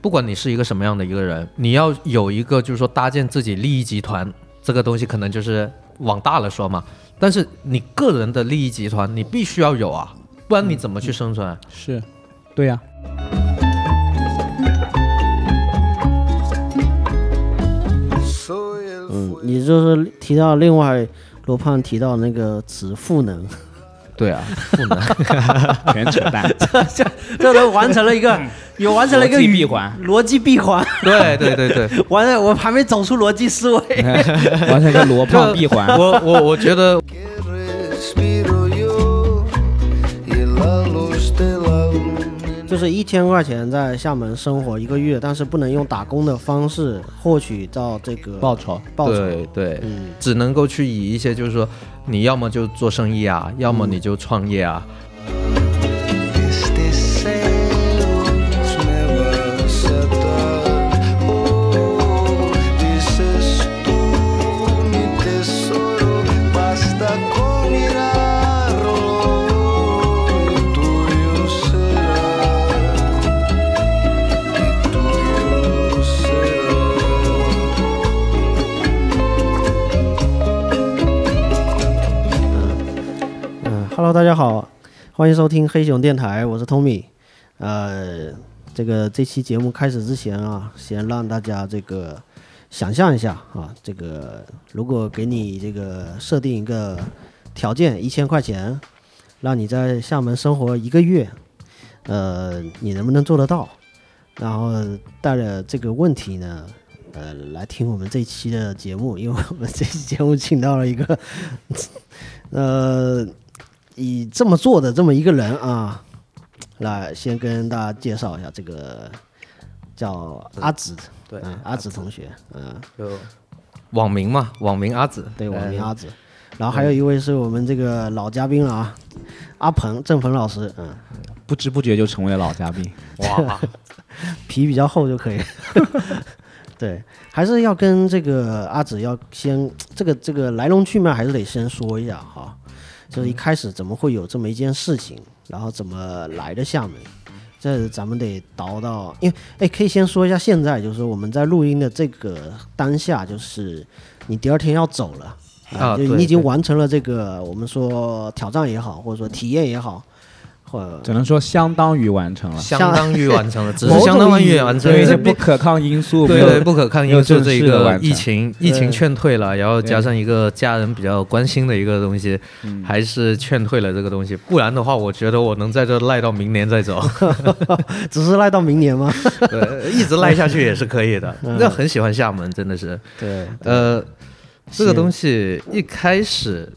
不管你是一个什么样的一个人，你要有一个就是说搭建自己利益集团，这个东西可能就是往大了说嘛。但是你个人的利益集团，你必须要有啊，不然你怎么去生存？啊是，对呀、嗯，你就是提到另外罗胖提到那个词赋能， 对啊，不能。全扯 淡。这都完成了一个，有完成了一个逻辑语闭环嗯逻辑闭环。对对对对， 完了，我还没走出逻辑思维。 完成一个罗胖闭环，我我我觉得 Quieres miro yo y la luz de la luna. 就是一千块钱在厦门生活一个月，但是不能用打工的方式获取到这个报酬。报酬。对对，嗯，只能够去以一些就是说，你要么就做生意啊，要么你就创业啊。 Mis deseos me vas a dar. Oh, dices tú, mi tesoro, basta con mirarlo. y Tuyo será, y tuyo será. 嗯，Hello，大家好，欢迎收听黑熊电台，我是 Tommy。呃，这个这期节目开始之前啊，先让大家这个想象一下啊，这个如果给你这个设定一个条件，一千块钱，让你在厦门生活一个月，呃，你能不能做得到？然后带着这个问题呢，呃，来听我们这期的节目，因为我们这期节目请到了一个，呃，以这么做的这么一个人啊，来先跟大家介绍一下这个叫阿紫，对嗯，阿紫同学，嗯，就网名嘛，网名阿紫。对，呃我名阿紫，然后还有一位是我们这个老嘉宾了啊，阿鹏，郑鹏老师，嗯，不知不觉就成为了老嘉宾。哎 哇，皮比较厚就 可以。对，还是要跟这个阿紫要先这个这个来龙去脉还是得先说一下哈，就是一开始怎么会有这么一件事情，然后怎么来的厦门，这咱们得倒到，因为哎，可以先说一下现在，就是我们在录音的这个当下，就是你第二天要走了。啊就对你已经对完成了这个我们说挑战也好，或者说体验也好，或者只能说相当于完成了，相当于完成了，只某是种相当意义于完因成为一了些。不可抗因素，对没对，有不可抗没因有素正这一式地个完成疫 情，疫情劝退了，然后加上一个家人比较关心的一个东西，还是劝退了这个东西。不然的话，我觉得我能在这赖到明年再走，只是赖到明年吗？ 对，一直赖下去也是可以的。那很喜欢厦门，真的是。对，呃，这个是东西一开始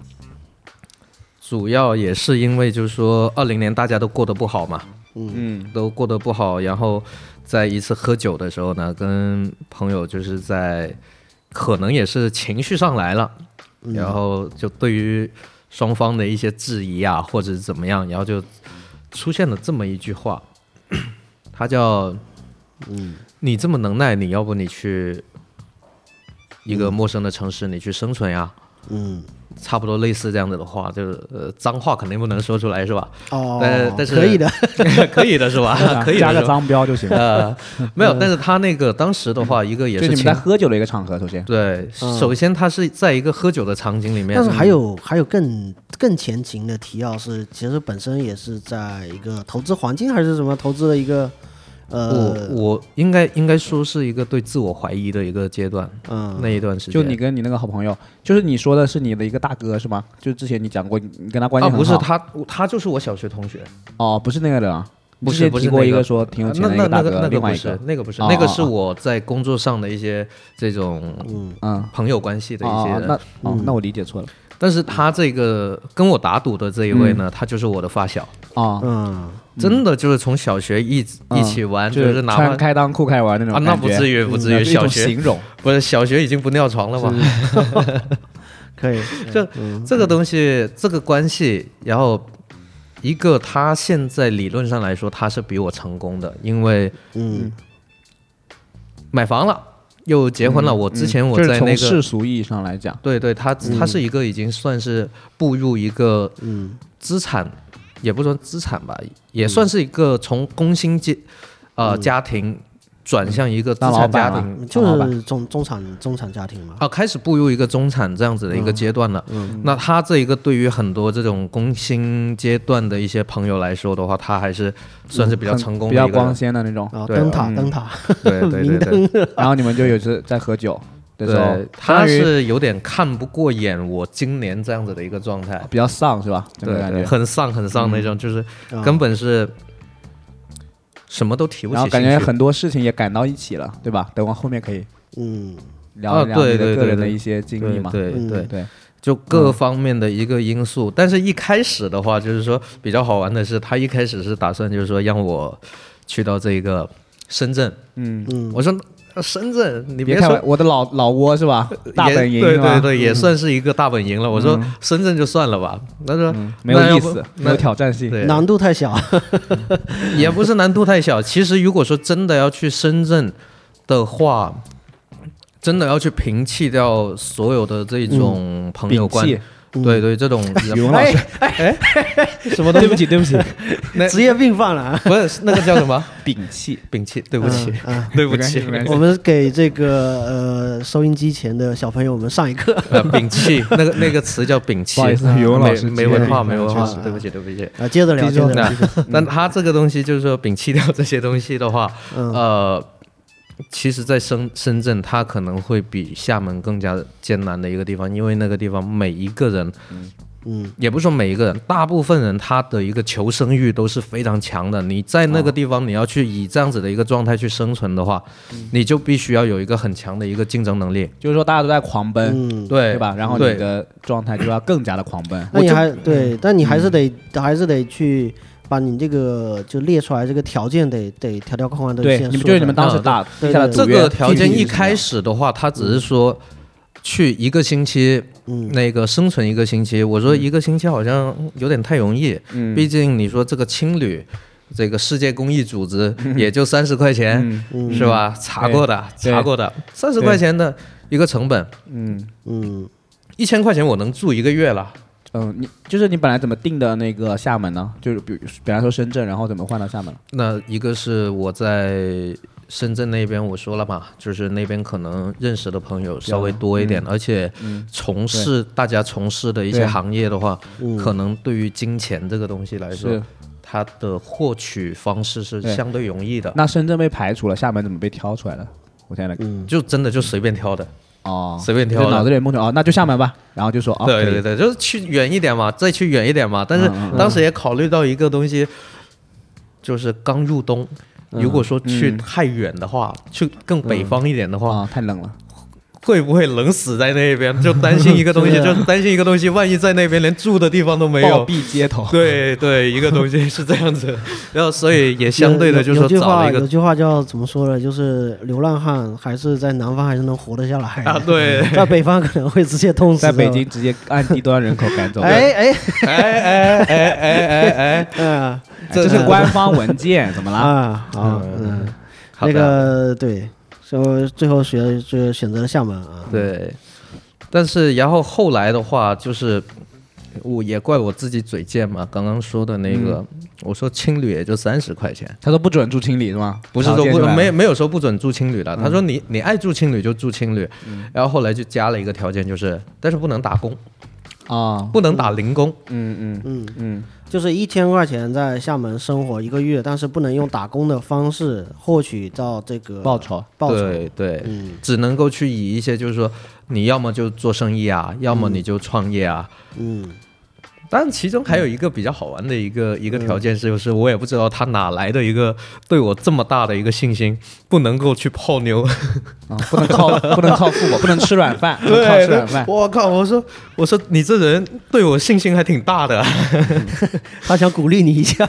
主要也是因为，就是说二零年大家都过得不好嘛，嗯，都过得不好，然后在一次喝酒的时候呢，跟朋友就是在可能也是情绪上来了，然后就对于双方的一些质疑啊，或者怎么样，然后就出现了这么一句话， 他叫嗯你这么能耐，你要不你去一嗯个陌生的城市，你去生存呀？ 嗯。差不多类似这样子的话，就是呃，脏话肯定不能说出来是 吧？哦，但但是可以的，可以的是吧？啊 可以的加是个吧脏标就行了。呃，没有，但是他那个当时的话，一个也就是你们在情喝酒的一个场合，首先，对，嗯首先他是在一个喝酒的场景里面，但是还有还有更更前情的提要是，其实本身也是在一个投资环境还是什么投资的一个，我呃，我应该应该说是一个对自我怀疑的一个阶段，嗯，那一段时间就你跟你那个好朋友，就是你说的是你的一个大哥是吗？就之前你讲过，你跟他关啊系很好。不是他他就是我小学同学，哦，不是那个人啊，你不之是前不提是过那一个个说挺有啊钱那的一那个大那个哥，那另个外不一是个，那个不是哦那个哦是哦我在工作上的一些这种嗯，朋友关系的嗯一哦些哦人那哦，那我理解错了但是他这个跟我打赌的这一位呢，嗯他就是我的发小，哦，嗯，真的就是从小学一直嗯一起玩，就就是哪穿怕开裆裤开玩那种啊感觉，那不至于不至于嗯那是一种小学形容，不是小学已经不尿床了嘛，可以，这这个东西这个关系，然后一个他现在理论上来说他是比我成功的，因为嗯买房了又结婚了，我之前我嗯就是在那从个世俗意义上来讲，对对，他他嗯是一个已经算是步入一个嗯资产，嗯也不说资产吧，也算是一个从工薪阶，呃，家庭转向一个资当老产家板了庭，就当老板是中中产中产家庭嘛。啊，开始步入一个中产这样子的嗯一个阶段了。那他这一个对于很多这种工薪阶段的一些朋友来说的话，他还是算是比较嗯很成功的比一个较人。光鲜的那种。 啊，对灯塔嗯灯塔，对 对对对，然后你们就有一次在喝酒的时候对，，相他当于是有点看不过眼我今年这样子的一个状态。比较丧是吧？这对种感对，觉。嗯很丧很丧那种，就是啊根本是什么都提不起然后兴感趣。觉很多事情也赶到一起了，对吧？等我后面可以嗯，聊一聊啊对你的对个对人的对一些经历对嘛。对嗯对，对，就嗯各方面的一个因素。但是一开始的话，就是说比较好玩的是，他一开始是打算就是说让我去到这个深圳。嗯，我说呃深圳，你别别开说呃玩，我的老老窝是吧？大也本营对是吧嗯对对，也算是一个大本营了。我说深圳就算了吧，他说嗯没有那要意不思，那没有挑战性。对，难度太小， 也不是难度太小。其实如果说真的要去深圳的话，真的要去摒弃掉所有的这种朋友嗯摒关，哎弃，嗯对对，这 种语文老师， 什么对东西不起对 不起，那职业病犯了啊。不是那个叫什么摒弃。摒弃， 对不起，嗯，啊对不没关系起没， 关系我们给这个呃收音机前的小朋友们上一课。呃，摒弃，那个那个词叫摒弃啊不好意思，语文老没师没文化，直接没文确化实，对不起，对不起。啊，接着聊，接着聊那。但他这个东西就是说摒弃掉这些东西的话，嗯呃，其实，在深深圳，它可能会比厦门更加艰难的一个地方，因为那个地方每一个人，嗯，也不是说每一个人，大部分人他的一个求生欲都是非常强的。你在那哦个地方，你要去以这样子的一个状态去生存的话，嗯你就必须要有一个很强的一个竞争能力，就是说大家都在狂奔，嗯，对对吧？然后你对的状态就要更加的狂奔。那你还对，但你还是得还是得去把你这个就列出来这个条件得得条条框框的对，先你们说就是你出们来当时打对地下的对这赌个约条件具体一是什么开样嗯始的话，他只是说去一个星期，嗯那个生存一个星期。我说一个星期好像有点太容易，嗯毕竟你说这个青旅，这个世界公益组织也就三十块钱，嗯嗯是吧？查过的，对查过的，三十对块钱的一个成本，嗯嗯一千块钱我能住一个月了。嗯，你就是你本来怎么定的那个厦门呢？就是比如比方说深圳，然后怎么换到厦门了？那一个是我在深圳那边，我说了嘛，就是那边可能认识的朋友稍微多一嗯点，而且从事大家从事的一些对行业的话，嗯可能对于金钱这个东西来说是，，它的获取方式是对相对容易的，那深圳被排除了，厦门怎么被挑出来了？我现在来嗯，就真的就随便挑的，哦，随便挑就脑的。子里梦中哦，那就厦门吧，然后就说哦，对可以对对，就是去远一点嘛，再去远一点嘛。但是嗯当时也考虑到一个东西，就是刚入冬，如果说去嗯太远的话，去更北方一点的话，哇，哦太冷了，会不会冷死在那边？就担心一个东西，是啊就担心一个东西，万一在那边连住的地方都没暴有。毙街头，对对，一个东西是这样子，然后所以也相对的，有就是有说句找话了一有个句话叫怎么说呢？就是流浪汉还是在南方还是能活得下来啊，，对，在北方可能会直接冻死。在北是吧京，直接按低端人口赶走，哎哎哎哎哎哎哎哎，嗯这是官方文件，怎么啦？啊，好，嗯， 好那的个对，所以最后选就选择了厦门嗯啊，对，但是然后后来的话，就是我也怪我自己嘴贱嘛，刚刚说的那个，我说青旅也就三十块钱，他说不准住青旅是吗？不是嗯说条件不出来了没没有说不准住青旅的，他说你你爱住青旅就住青旅，然后后来就加了一个条件，就是但是不能打工，啊，不能打零工，嗯嗯嗯，嗯，就是一千块钱在厦门生活一个月，但是不能用打工的方式获取到这个报酬，报酬，对对，嗯只能够去以一些就是说你要么就做生意啊，要么你就创业啊。嗯当然，其中还有一个比较好玩的一个、一个条件是，就是我也不知道他哪来的一个对我这么大的一个信心，不能够去泡 妞。啊，不能靠不能靠父母，不能吃软饭，不能靠吃软饭。我靠！我说我说你这人对我信心还挺大的啊、他想鼓励你一下，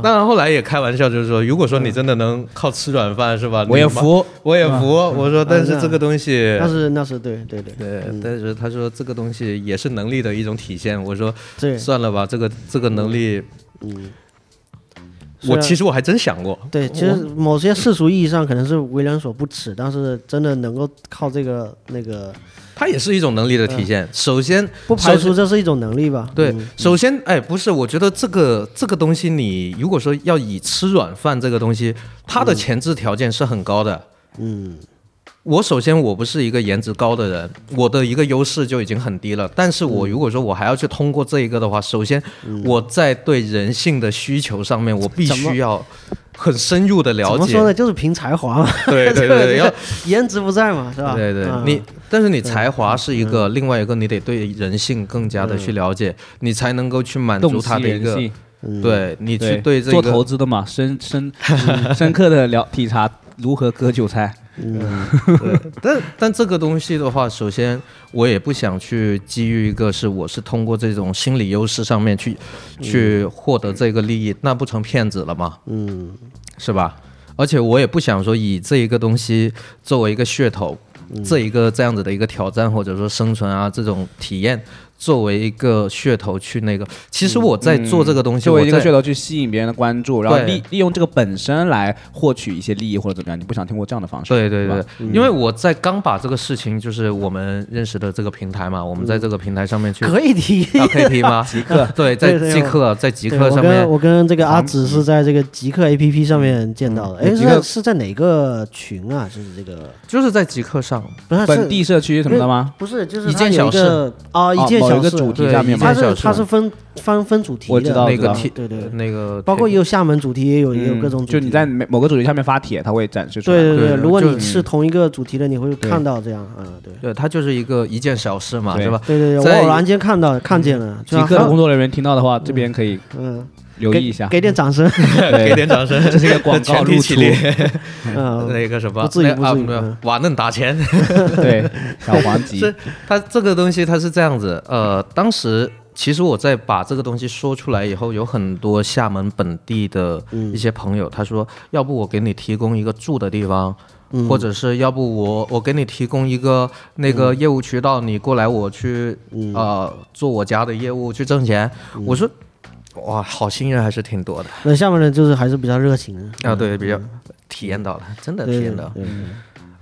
当然后来也开玩笑，就是说，如果说你真的能靠吃软饭是吧？我也你妈，服，我也服。嗯我说，但是这个东西那。是那是对对对对，但是他说这个东西也是能力的一种体现。我说对，嗯算了吧，这个这个能力，虽我然其实我还真想过，对，其实某些世俗意义上可能是为人所不齿，但是真的能够靠这个那个，它也是一种能力的体嗯现。首先，不首排先除这是一种能力吧？对嗯，首先，哎，不是，我觉得这个这个东西，你如果说要以吃软饭这个东西，它的前置条件是很高的。嗯，我首先我不是一个颜值高的人，我的一个优势就已经很低了。但是嗯我如果说我还要去通过这一个的话，首先我在对人性的需求上面，我必怎么须要很深入的了怎么解说。呢？就是凭才华嘛，对对吧对对，要颜值不在嘛，是吧？对对，嗯你但是你才华是一个，另外一个你得对人性更加嗯的去了解，你才能够去满足洞悉他的一人个，性，嗯对你去嗯对这做投个，资的嘛，深 深嗯深刻的了体察如何割韭菜。嗯嗯对但但这个东西的话，首先我也不想去基于一个是我是通过这种心理优势上面去嗯去获得这个利益，那不成骗子了吗？嗯，是吧？而且我也不想说以这一个东西作为一个噱头，嗯这一个这样子的一个挑战或者说生存啊这种体验作为一个噱头去那个。其实我在 做这个东西，嗯作为我一个在噱头去吸引别人的关注，然后对利利用这个本身来获取一些利益或者怎么样，你不想通过这样的方式。对对对吧，嗯因为我在刚把这个事情，就是我们认识的这个平台嘛，我们在这个平台上面去嗯可以提。 啊 KP 吗？极客对，在对对极客在极对客我上跟面，我跟这个阿紫是在这个极客 APP 上面见到的。哎，嗯是极客在是在哪个群啊？就是这个就是在极客上，不是本是地社区什么的吗？不是就是一它件有小一个啊一哦件某小一个事，主题对下面一吗它件？是小事它是分分分主题的，我知道那个我知道贴对对对那个包括也贴有厦门主题，也有也有嗯各种主题。就你在每某个主题下面发帖，它会展示出来。对对对，如果就你是同一个主题的，你会看到这样啊，对对，它就是一个一件小事嘛，对是吧？对对对，在我偶然间看到看见了，嗯极就客的像工作人员听到的话，这边可以啊嗯，留给意一下。给点 掌声，对 给点掌声，这是一个 广告全露体出起，立。嗯，那个什么，不至于那啊不至于没有嗯瓦嫩打钱，对，小黄 鸡。是它这个东西它是这样子，呃，当时其实我在把这个东西说出来以后，有很多厦门本地的一些朋友，他说，要不我给你提供一个住的地方。或者是要不我我给你提供一个那个业务渠道，你过来我去、呃做我家的业务去挣钱。我说，哇，好心人还是挺多的那厦门人就是还是比较热 情的，啊，对，比较体验到了，真的体对验对到了。对。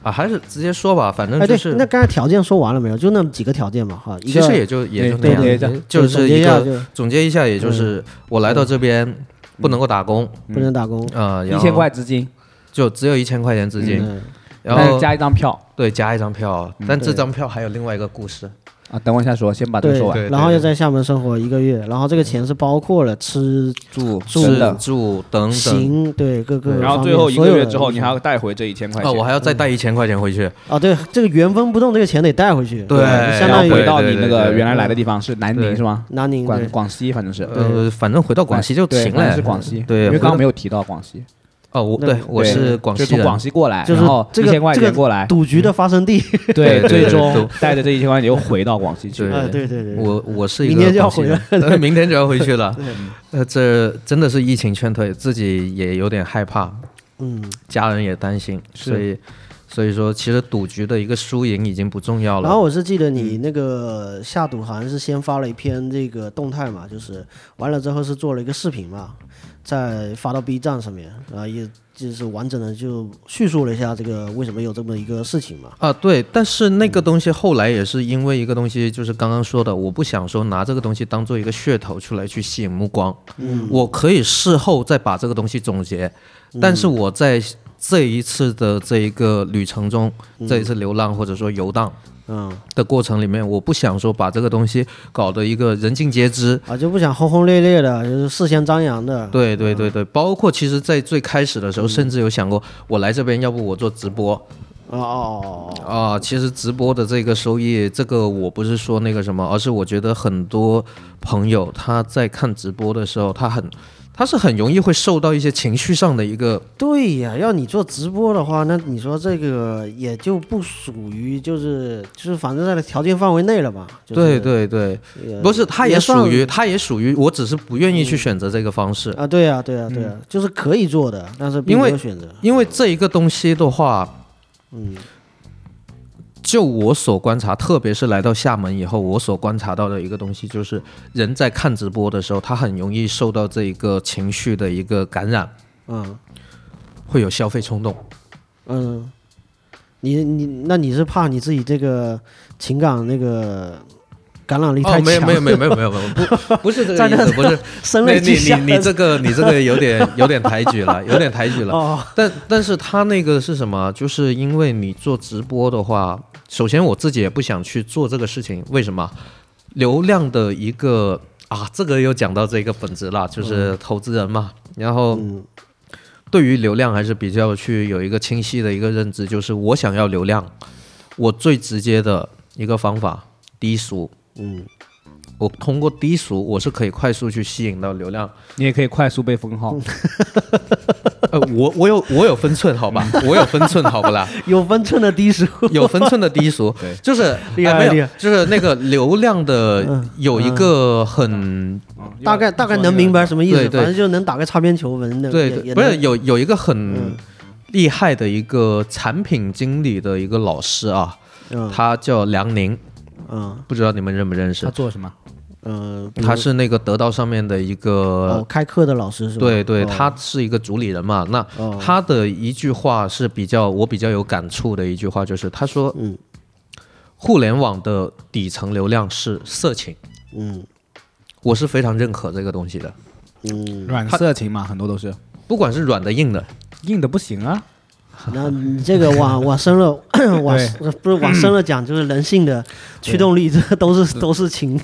啊，还是直接说吧，反正哎，嗯就对是，，那刚才条件说完了没有？就那么几个条件嘛，哈，一其个实也就也就那对对样对，就总是结一一下个就总结一下，也就是嗯我来到这边不能够打工，不能打工，呃，一然千后块资金，就只有一千块钱资金，嗯，然但是后加一嗯张票对加一张票，但这对张票还有另外一个故事，啊！等我一下说，先把这个对说完。对然后对又在厦门生活一个月，然后这个钱是包括了吃、住吃真的，住等等。行，对各个方面，然后最后一个所有月的之后，东西你还要带回这一千块哦，钱。我还要再带一千块钱回去，啊，对，这个原封不动这个钱得带回去，对然相当后于回到你那对对对个对原来来的地方是南宁对是吗？南宁广对广西反正是。呃，反正回到广西就对行反正了是。广西，对因回为刚刚到没有提到广西，哦，我那对，我对是广就西从人广，西过来，就是然后这一个千块这个钱过来，赌局的发生地，对对最对终都带着这一千块钱又回到广西去对了。啊，对对对，我我是一个明天就要广西回人 对明天就要回去 了。呃，这真的是疫情劝退，自己也有点害怕，嗯，家人也担心，是所以所以说，其实赌局的一个输赢已经不重要了。嗯然后我是记得你那个下赌好像是先发了一篇这个动态嘛，就是完了之后是做了一个视频嘛，再发到 B 站上面，然后也就是完整的就叙述了一下这个为什么有这么一个事情嘛。啊，对，但是那嗯个东西后来也是因为一个东西，就是刚刚说的，我不想说拿这个东西当做一个噱头出来去吸引目光，嗯，我可以事后再把这个东西总结，但是我在这一次的这一个旅程中，这一次流浪或者说游荡嗯的过程里面，我不想说把这个东西搞得一个人尽皆知，啊，就不想轰轰烈烈的，就是事先张扬的。对对对对，包括其实，在最开始的时候，甚至有想过，我来这边，要不我做直播哦哦哦啊、其实直播的这个收益，这个我不是说那个什么，而是我觉得很多朋友他在看直播的时候，他很，他是很容易会受到一些情绪上的一个，对呀，要你做直播的话，那你说这个也就不属于就是就是反正在条件范围内了吧？就是、对对对，也不是，他也嗯也属算于，他也属于，我只是不愿意去选择这个方式，啊，对呀、对呀、对呀、就是可以做的，但是嗯并因没为有选择。因为这一个东西的话，嗯，就我所观察，特别是来到厦门以后，我所观察到的一个东西就是，人在看直播的时候，他很容易受到这一个情绪的一个感染，嗯会有消费冲动。嗯，你你那你是怕你自己这个情感那个感染力哦，太强？没有没有 没有没有没有没有，不不是这个意思，不是，声那泪俱下你你你这个你这个有点有点抬举了，有点抬举了。哦，但但是他那个是什么？就是因为你做直播的话，首先我自己也不想去做这个事情，为什么？流量的一个啊，这个又讲到这个本质了，就是投资人嘛。然后嗯对于流量还是比较去有一个清晰的一个认知，就是我想要流量，我最直接的一个方法，低俗。嗯，我通过低俗，我是可以快速去吸引到流量。你也可以快速被封号。呃，我我有我有分寸，好吧，我有分寸，好不啦？有分寸的低俗，有分寸的低俗，对就是厉害哎没厉有害，就是那个流量的嗯有一个很大概大概能明白什么意对思，对反正就能打个擦边球，文的对也对，也不是能嗯有有一个很厉害的一个产品经理的一个老师啊，嗯他叫梁宁，嗯不知道你们认不认他识？做什么？嗯，比如他是那个得到上面的一哦个，开课的老师是吧？对对，哦他是一个主理人嘛。那哦他的一句话是比较我比较有感触的一句话，就是他说嗯互联网的底层流量是色情。嗯我是非常认可这个东西的， 嗯，软色情嘛，很多都是不管是软的硬的，硬的不行啊。那你这个往往 深了往不是往深了讲，就是人性的驱动力，这都是都是情，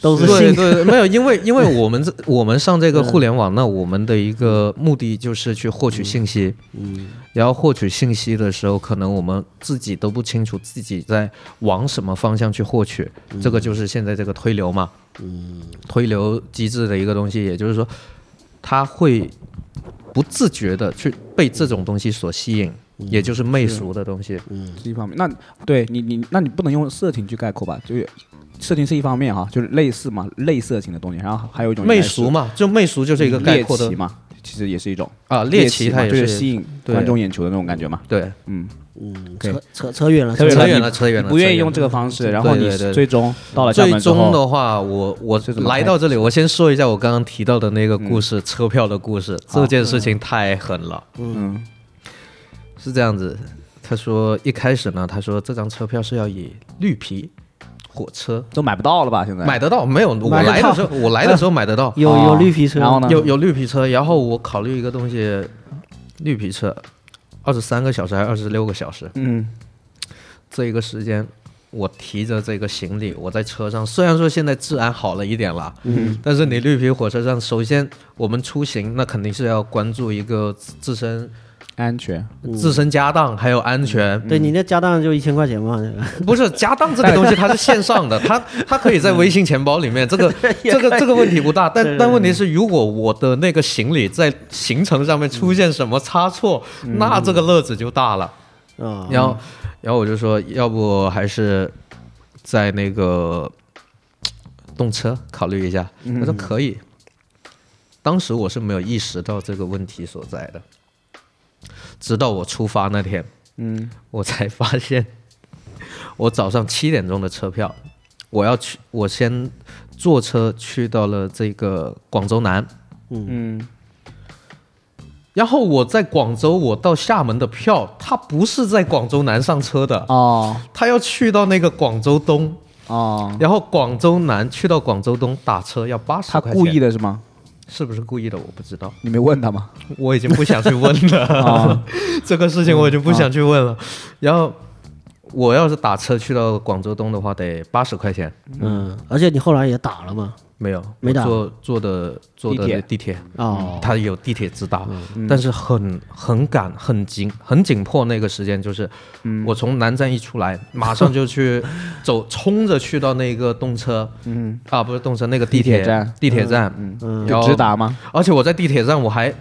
都是对性。对，对没有，因为因为我们这我们上这个互联网，那我们的一个目的就是去获取信息，嗯然后获取信息的时候，可能我们自己都不清楚自己在往什么方向去获取，这个就是现在这个推流嘛，嗯，推流机制的一个东西，也就是说，它会不自觉的去被这种东西所吸引，也就是媚俗的东西，嗯是一方面。那对你你那你不能用色情去概括吧？就是色情是一方面哈，就是类似嘛，类色情的东西。然后还有一种媚俗嘛，就媚俗就是一个概嗯猎括的奇嘛，其实也是一种啊，猎奇它嘛也就是是吸引对观众眼球的那种感觉嘛。对。嗯，嗯，可以扯扯扯远了，扯对扯了远你了，扯远了。不愿意用扯这个方式，然后对你对对最终到了厦远了门最之终后，的话，我我是怎么来开到这里，我先说一下我刚刚提到的那个故事，车票的故事。这件事情太狠了，嗯，是这样子。他说一开始呢，他说这张车票是要以绿皮火车都买不到了吧？现在买得到，没有我买得来的到时候，我来的时候买得到，有哦有绿皮车，然后呢？有有绿皮车。然后我考虑一个东西，绿皮车二十三个小时还是二十六个小时？嗯，这一个时间，我提着这个行李，我在车上。虽然说现在治安好了一点了，嗯，但是你绿皮火车上，首先我们出行那肯定是要关注一个自自身、安全。自身家当还有安全。对你那家当就一千块钱嘛，这个不是家当这个东西，它是线上的，它它可以在微信钱包里面，这个这个这个问题不大。但但问题是，如果我的那个行李在行程上面出现什么差错，那这个乐子就大了。 啊，然后，然后我就说，要不还是在那个动车考虑一下。他说可以。当时我是没有意识到这个问题所在的，直到我出发那天，嗯，我才发现，我早上七点钟的车票，我要去，我先坐车去到了这个广州南，嗯，然后我在广州，我到厦门的票，它不是在广州南上车的，哦他要去到那个广州东，哦，然后广州南去到广州东打车要八十他块钱，故意的是吗？是不是故意的？我不知道，你没问他吗？我已经不想去问了啊， 这个事情我已经不想去问了。然后我要是打车去到广州东的话，得八十块钱，嗯，而且你后来也打了嘛，没有，没打我坐坐的坐的地铁地铁，哦，它有地铁直达，但是很很赶、很紧、很紧迫。那个时间就是，我从南站一出来，马上就去 走，冲着去到那个动车，嗯啊，不是动车，那个地地铁站，地铁站，嗯然就后直达吗？而且我在地铁站，我还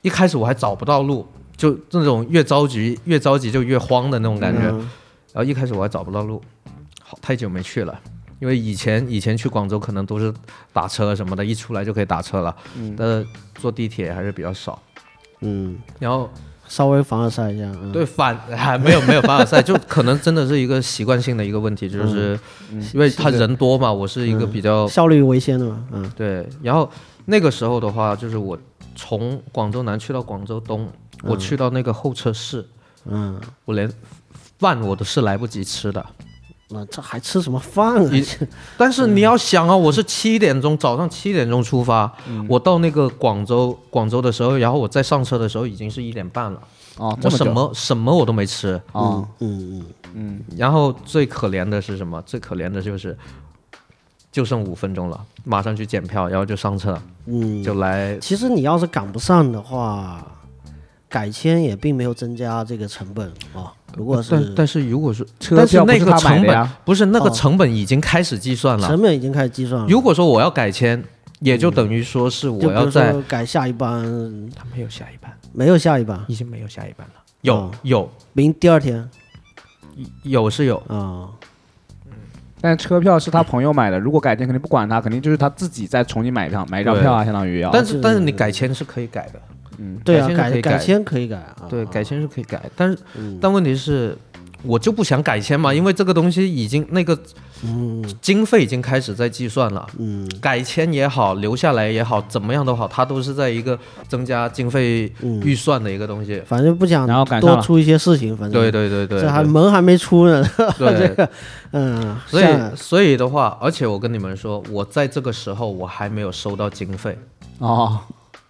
一开始我还找不到路，就那种越着急越着急就越慌的那种感觉。嗯然后一开始我还找不到路，好太久没去了，因为以前以前去广州可能都是打车什么的，一出来就可以打车了，但是坐地铁还是比较少。嗯，然后稍微凡尔赛一下，嗯，对，反还没有没有凡尔赛，就 可能真的是一个习惯性的一个问题，就是因为他人多嘛，我是一个比较效率为先的嘛，嗯对。然后那个时候的话，就是我从广州南去到广州东，我去到那个候车室，嗯，我连饭我都是来不及吃的。那这还吃什么饭啊？你但是你要想啊，我是七点钟早上七点钟出发，嗯我到那个广州广州的时候，然后我再上车的时候已经是一点半了，哦，这我么什久么什么我都没吃。哦，嗯嗯，然后最可怜的是什么？最可怜的就是就剩五分钟了，马上去检票，然后就上车， 嗯，就来。其实你要是赶不上的话，改签也并没有增加这个成本啊。如果是但但是如果是车但是票不那是个他买成的本呀，不是那个哦成本已经开始计算了。成本已经开始计算了，如果说我要改签，也嗯就等于说是就我比要如在说改下一班，他没有下一班，没有下一班，已经没有下一班了。嗯有哦有明第二天有是有，啊，但是车票是他朋友买的，如果改签肯定不管他，肯定就是他自己再重新买一票，买一张对票啊，相当于要。但是但是你改签是可以改的，对啊，嗯改签是可改以改的签可以改啊，对，啊改签是可以改的，但是但问题是。我就不想改签嘛，因为这个东西已经那个嗯嗯经费已经开始在计算了，嗯 改签也好，留下来也好，怎么样都好，它都是在一个增加经费预嗯，算的一个东西。反正不想然后赶上多了出一些事情，反正对对对对，这还对门还没出呢， 对这个嗯，所像以所以的话，而且我跟你们说，我在这个时候我还没有收到经费，哦，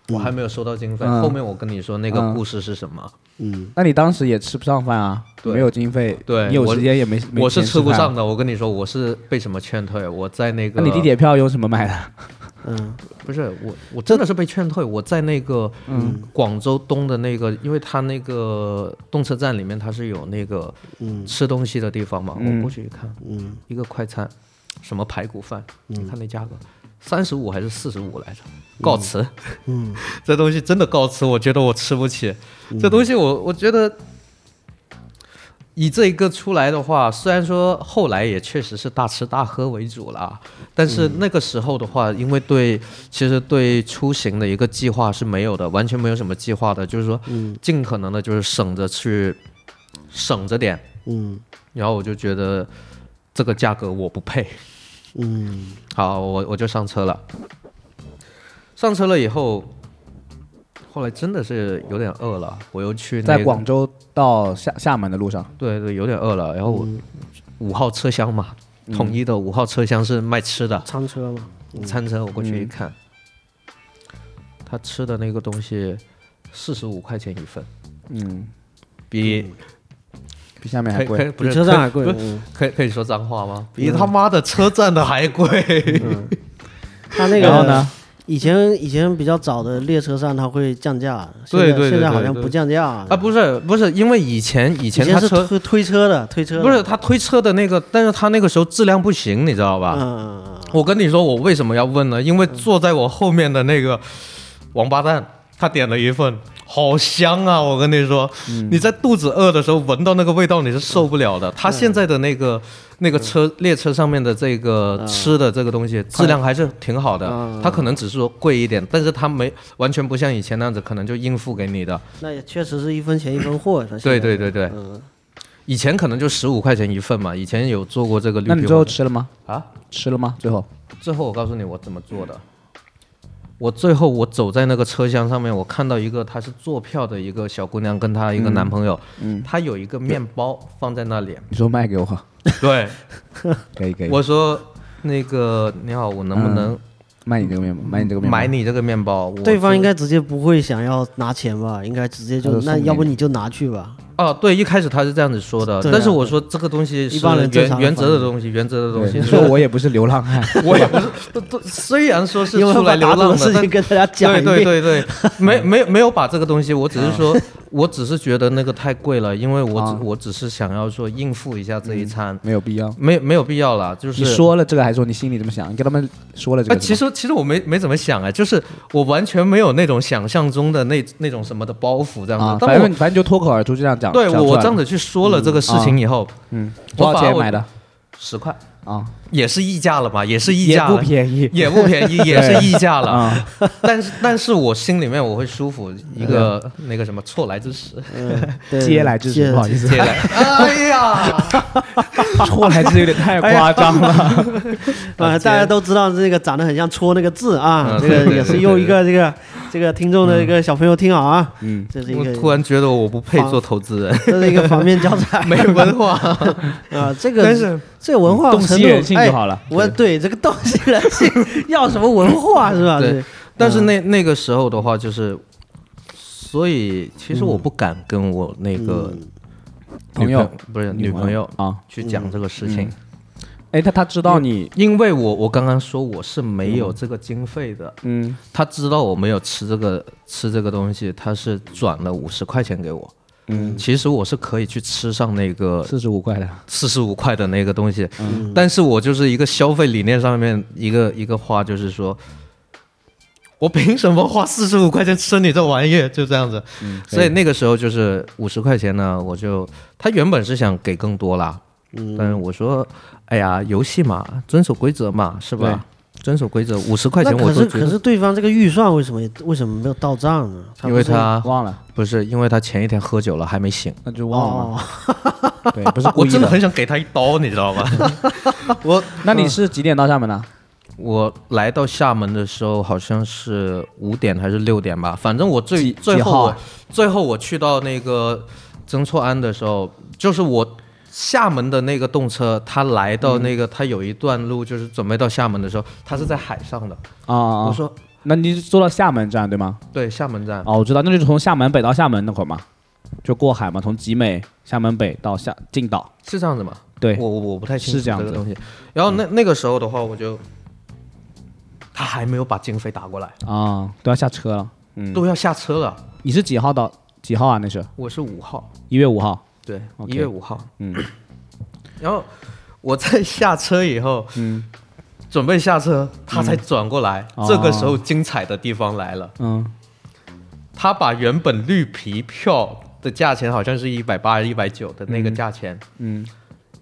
我还没有收到经费。嗯后面我跟你说那个嗯故事是什么，嗯那你当时也吃不上饭啊，对没有经费，对你有我时间也没，没我是钱吃不饭上。的。我跟你说，我是被什么劝退？我在那个啊那你地铁票用什么买的？嗯不是我，我真的是被劝退。我在那个嗯广州东的那个，因为它那个动车站里面它是有那个嗯吃东西的地方嘛，嗯我过去一看，嗯一个快餐，什么排骨饭，你嗯看那价格，三十五还是四十五来着，告辞。嗯， 这东西真的告辞，我觉得我吃不起。这东西我我觉得。以这一个出来的话，虽然说后来也确实是大吃大喝为主了啊，但是那个时候的话，因为对其实对出行的一个计划是没有的，完全没有什么计划的，就是说嗯尽可能的就是省着去，省着点，嗯然后我就觉得这个价格我不配，嗯好，我我就上车了。上车了以后，后来真的是有点饿了，我又去、那个、在广州到厦厦门的路上，对对，有点饿了。然后我五号车厢嘛，统一的五号车厢是卖吃的，餐车嘛，餐车我过去一看，他吃的那个东西四十五块钱一份，嗯，比比下面可嗯还以可贵。以不比是车站还贵可以，嗯可以可以说脏话吗？比他妈的车站的还贵。他那个然后呢？以前以前比较早的列车上它会降价，现在对对对现在好对像对不降价啊 啊，不是不是，因为以前以以前他是车推推车的，推车的不是他推车的那个，但是他那个时候质量不行，你知道吧？嗯嗯嗯我跟你说，我为什么要问呢？因为坐在我后面的那个王八蛋，他点了一份，好香啊！我跟你说，嗯你在肚子饿的时候闻到那个味道，你是受不了的。他现在的那个那个嗯车列车上面的这个吃的这个东西，质量还是挺好的。嗯他可能只是说贵一点，但是他没完全不像以前那样子，可能就应付给你的。嗯，那也确实是一分钱一分货。它现对在对对对，嗯，以前可能就十五块钱一份嘛，以前有做过这个绿那你皮最后火吃了吗？啊。吃了吗？最后最后我告诉你我怎么做的。我最后我走在那个车厢上面，我看到一个她是坐票的一个小姑娘跟她一嗯个男朋友，她有一个面包放在那里。你说卖给我， 对，可以可以，我说那个你好，我能不能卖你这个面包，买你这个嗯面包，买你这个面包？我对方就应该直接不会想要拿钱吧？应该直接他就就送那，你要不你就拿去吧。哦，对，一开始她是这样子说的，对啊但是我说这个东西是一般人正常原的原则的反应东西，原则的东对西。你说我也不是流浪汉， 我也不是，都都虽然说是因为出来把流打赌浪的的事，但情跟大家讲一遍。对对对对， 没没没有把这个东西，我只是说， 我只是觉得那个太贵了，因为我只、嗯啊我只是想要说应付一下这一餐，没有必要。没没有必要了。就是你，说了这个，还说你心里怎么想？你跟他们说了这哎，个其是吗，实其实我没没怎么想啊，就是我完全没有那种想象中的那那种什么的包袱这样子。啊，但反我正反正就脱口而出就这样讲。对讲我我出来这样了子去说了这个事情以后，嗯，我多少反而钱我买的？十块啊，也是溢价了嘛，也是溢也价不了，便宜也不便宜， 也是溢价了。啊， 但是，但是我心里面我会舒服一个那个什么错来之时，嗯，对嗟来之食，不好意思接，来。哎呀，错来之食有点太夸张了。啊，大家都知道这个长得很像“戳”那个字啊，嗯这对个对也是对用对一个这个这个听众的一个小朋友听好啊，嗯，这是一 我个突然觉得我不配做投资人，这是一个反面教材 没文化。啊，这个但是这个文化洞程悉度人性哎就好了。我对这个东西人性要什么文化是吧？对这， 但是那那个时候的话，就是，所以其实我不敢跟我那个女朋友不 是女嗯朋友嗯啊，去讲这个事情，哎，他他知道你，因为我我刚刚说我是没有这个经费的，嗯，他知道我没有吃这个吃这个东西，他是转了五十块钱给我。嗯，其实我是可以去吃上那个四十五块的，四十五块的那个东西，但是我就是一个消费理念上面一个一个话，就是说，我凭什么花四十五块钱吃你这玩意？就这样子，所以那个时候就是五十块钱呢，我就他原本是想给更多啦，但是我说，哎呀，游戏嘛，遵守规则嘛，是吧？遵守规则，五十块那钱我可都是觉可得，是对方这个预算为什么为什么没有到账呢？因为不是他忘了，不是因为他前一天喝酒了还没醒，那就忘了哦嘛。，对，不是故 我意真的很嗯想给他一刀，你知道吗？我那你是几点到厦门的？我来到厦门的时候好像是五点还是六点吧，反正我最几最几后号我啊最后我去到那个曾厝垵的时候，就是我厦门的那个动车，它来到那个、它有一段路就是准备到厦门的时候，它是在海上的。啊啊我 啊！说那你是坐到厦门站对吗？对，厦门站。哦，我知道，那就是从厦门北到厦门那会儿嘛，就过海嘛，从集美、厦门北到厦进岛。是这样子吗？对，我我我不太清楚是这样子个嗯东西。然后那那个时候的话，我就他还没有把经费打过来，啊，都要下车了。嗯，都要下车了。你是几号到几号啊？那是我是五号，一月五号。对， OK 一月五号。嗯，然后我在下车以后，嗯准备下车，他才转过来。哦这个时候精彩的地方来了，嗯，他把原本绿皮票的价钱好像是一百八、一百九的那个价钱，嗯，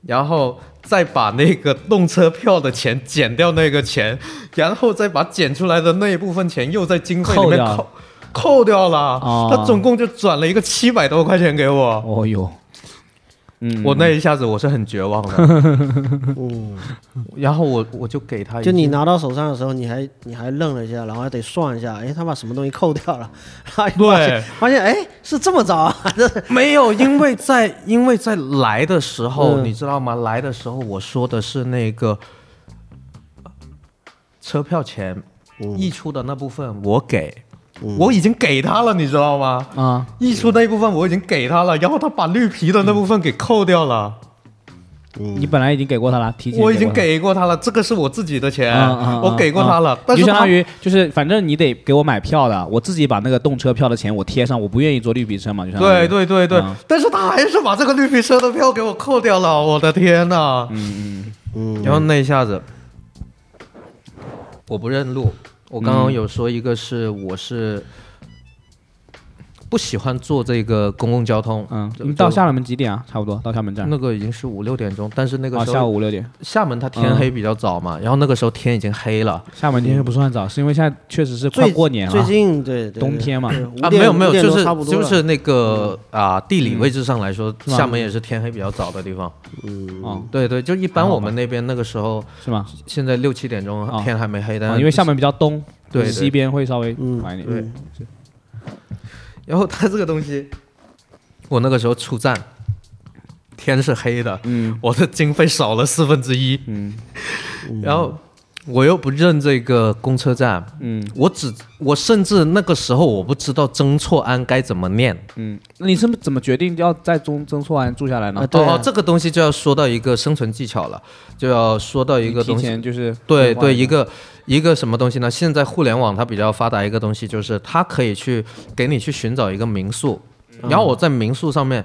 然后再把那个动车票的钱减掉那个钱，然后再把减出来的那一部分钱又在经费里面扣掉扣。扣掉了，哦他总共就转了一个七百多块钱给我，哦哟，嗯，我那一下子我是很绝望的，嗯，然后我我就给他一就你句拿到手上的时候，你还你还愣了一下，然后还得算一下，哎，他把什么东西扣掉了，然后发现对，发现哎是这么着啊，这没有，因为在因为在来的时候，嗯你知道吗？来的时候我说的是那个车票钱溢出的那部分我给，嗯我已经给他了，你知道吗？啊，溢出那一部分我已经给他了，然后他把绿皮的那部分给扣掉了，你本来嗯已经给过他了，提前嗯我已经过给过他了，这个是我自己的钱，嗯嗯嗯我给过他了，他了，但就是相他当于就是反正你得给我买票的，我自己把那个动车票的钱我贴上，我不愿意坐绿皮车嘛，就相当于对对对对，嗯但是他还是把这个绿皮车的票给我扣掉了，我的天呐！嗯嗯，然后那一下子，我不认路。我刚刚有说一个是我是不喜欢坐这个公共交通，嗯，就你到就厦门几点啊？差不多到厦门站，那个已经是五六点钟，但是那个啊，时下候午五六点。厦门它天黑比较早嘛，然后那个时候天已经黑了。厦门天黑不算嗯早，是因为现在确实是快最过年了，最近对对冬天嘛对五啊，点没有没有，五点就多是差不多就了是那个啊，地理位置上来说，是吗厦门也是天黑比较早的地方。嗯，对对，就一般还好我们那边那个时候，是吗？现在六七点钟啊天还没黑，但、啊，因为厦，门比较东，对对西边会稍微嗯晚一点。嗯然后它这个东西，我那个时候出站，天是黑的，嗯我的经费少了四分之一，嗯 然后我又不认这个公车站，嗯我只我甚至那个时候我不知道曾厝垵该怎么念，嗯，那你是怎么决定要在中曾厝垵住下来呢啊？对哦，这个东西就要说到一个生存技巧了，就要说到一个提东西，前就是对规划对，一个一个什么东西呢？现在互联网它比较发达，一个东西就是它可以去给你去寻找一个民宿，嗯然后我在民宿上面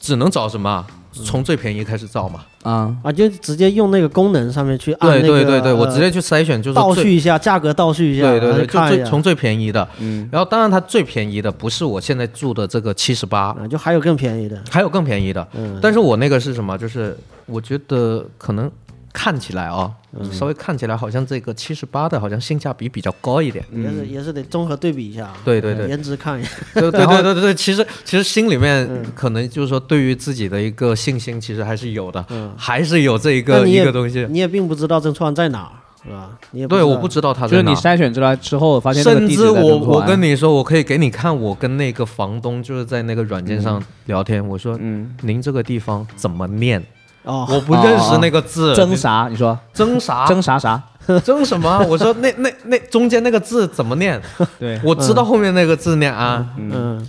只能找什么啊？从最便宜开始找嘛。啊，啊，就直接用那个功能上面去按对那个对对对，我呃直接去筛选就是倒最叙一下价格，倒叙一下，对对然后对，就就看一最下从最便宜的。嗯然后当然它最便宜的不是我现在住的这个七十八，啊，就还有更便宜的，还有更便宜的。嗯，但是我那个是什么？就是我觉得可能看起来啊、嗯稍微看起来好像这个七十八的好像性价比比较高一点。也是也是得综合对比一下啊，嗯对对对颜值看一下， 对对对对对，其实其实心里面可能就是说，对于自己的一个信心，其实还是有的，还是有这一但个你一也个东西。 你也并不知道真创在哪儿，是吧？你也对，知我道不知道他就在是哪你儿。筛选出来之后，发现这个甚地址至在我东莞我跟你说，我可以给你看，我跟那个房东就是在那个软件上聊天，我说，嗯，您这个地方怎么念？哦，我不认识那个字，争啥？你说争啥？争哦啥啥？争什么？我说那 那那中间那个字怎么念？对，我知道后面那个字念啊。嗯，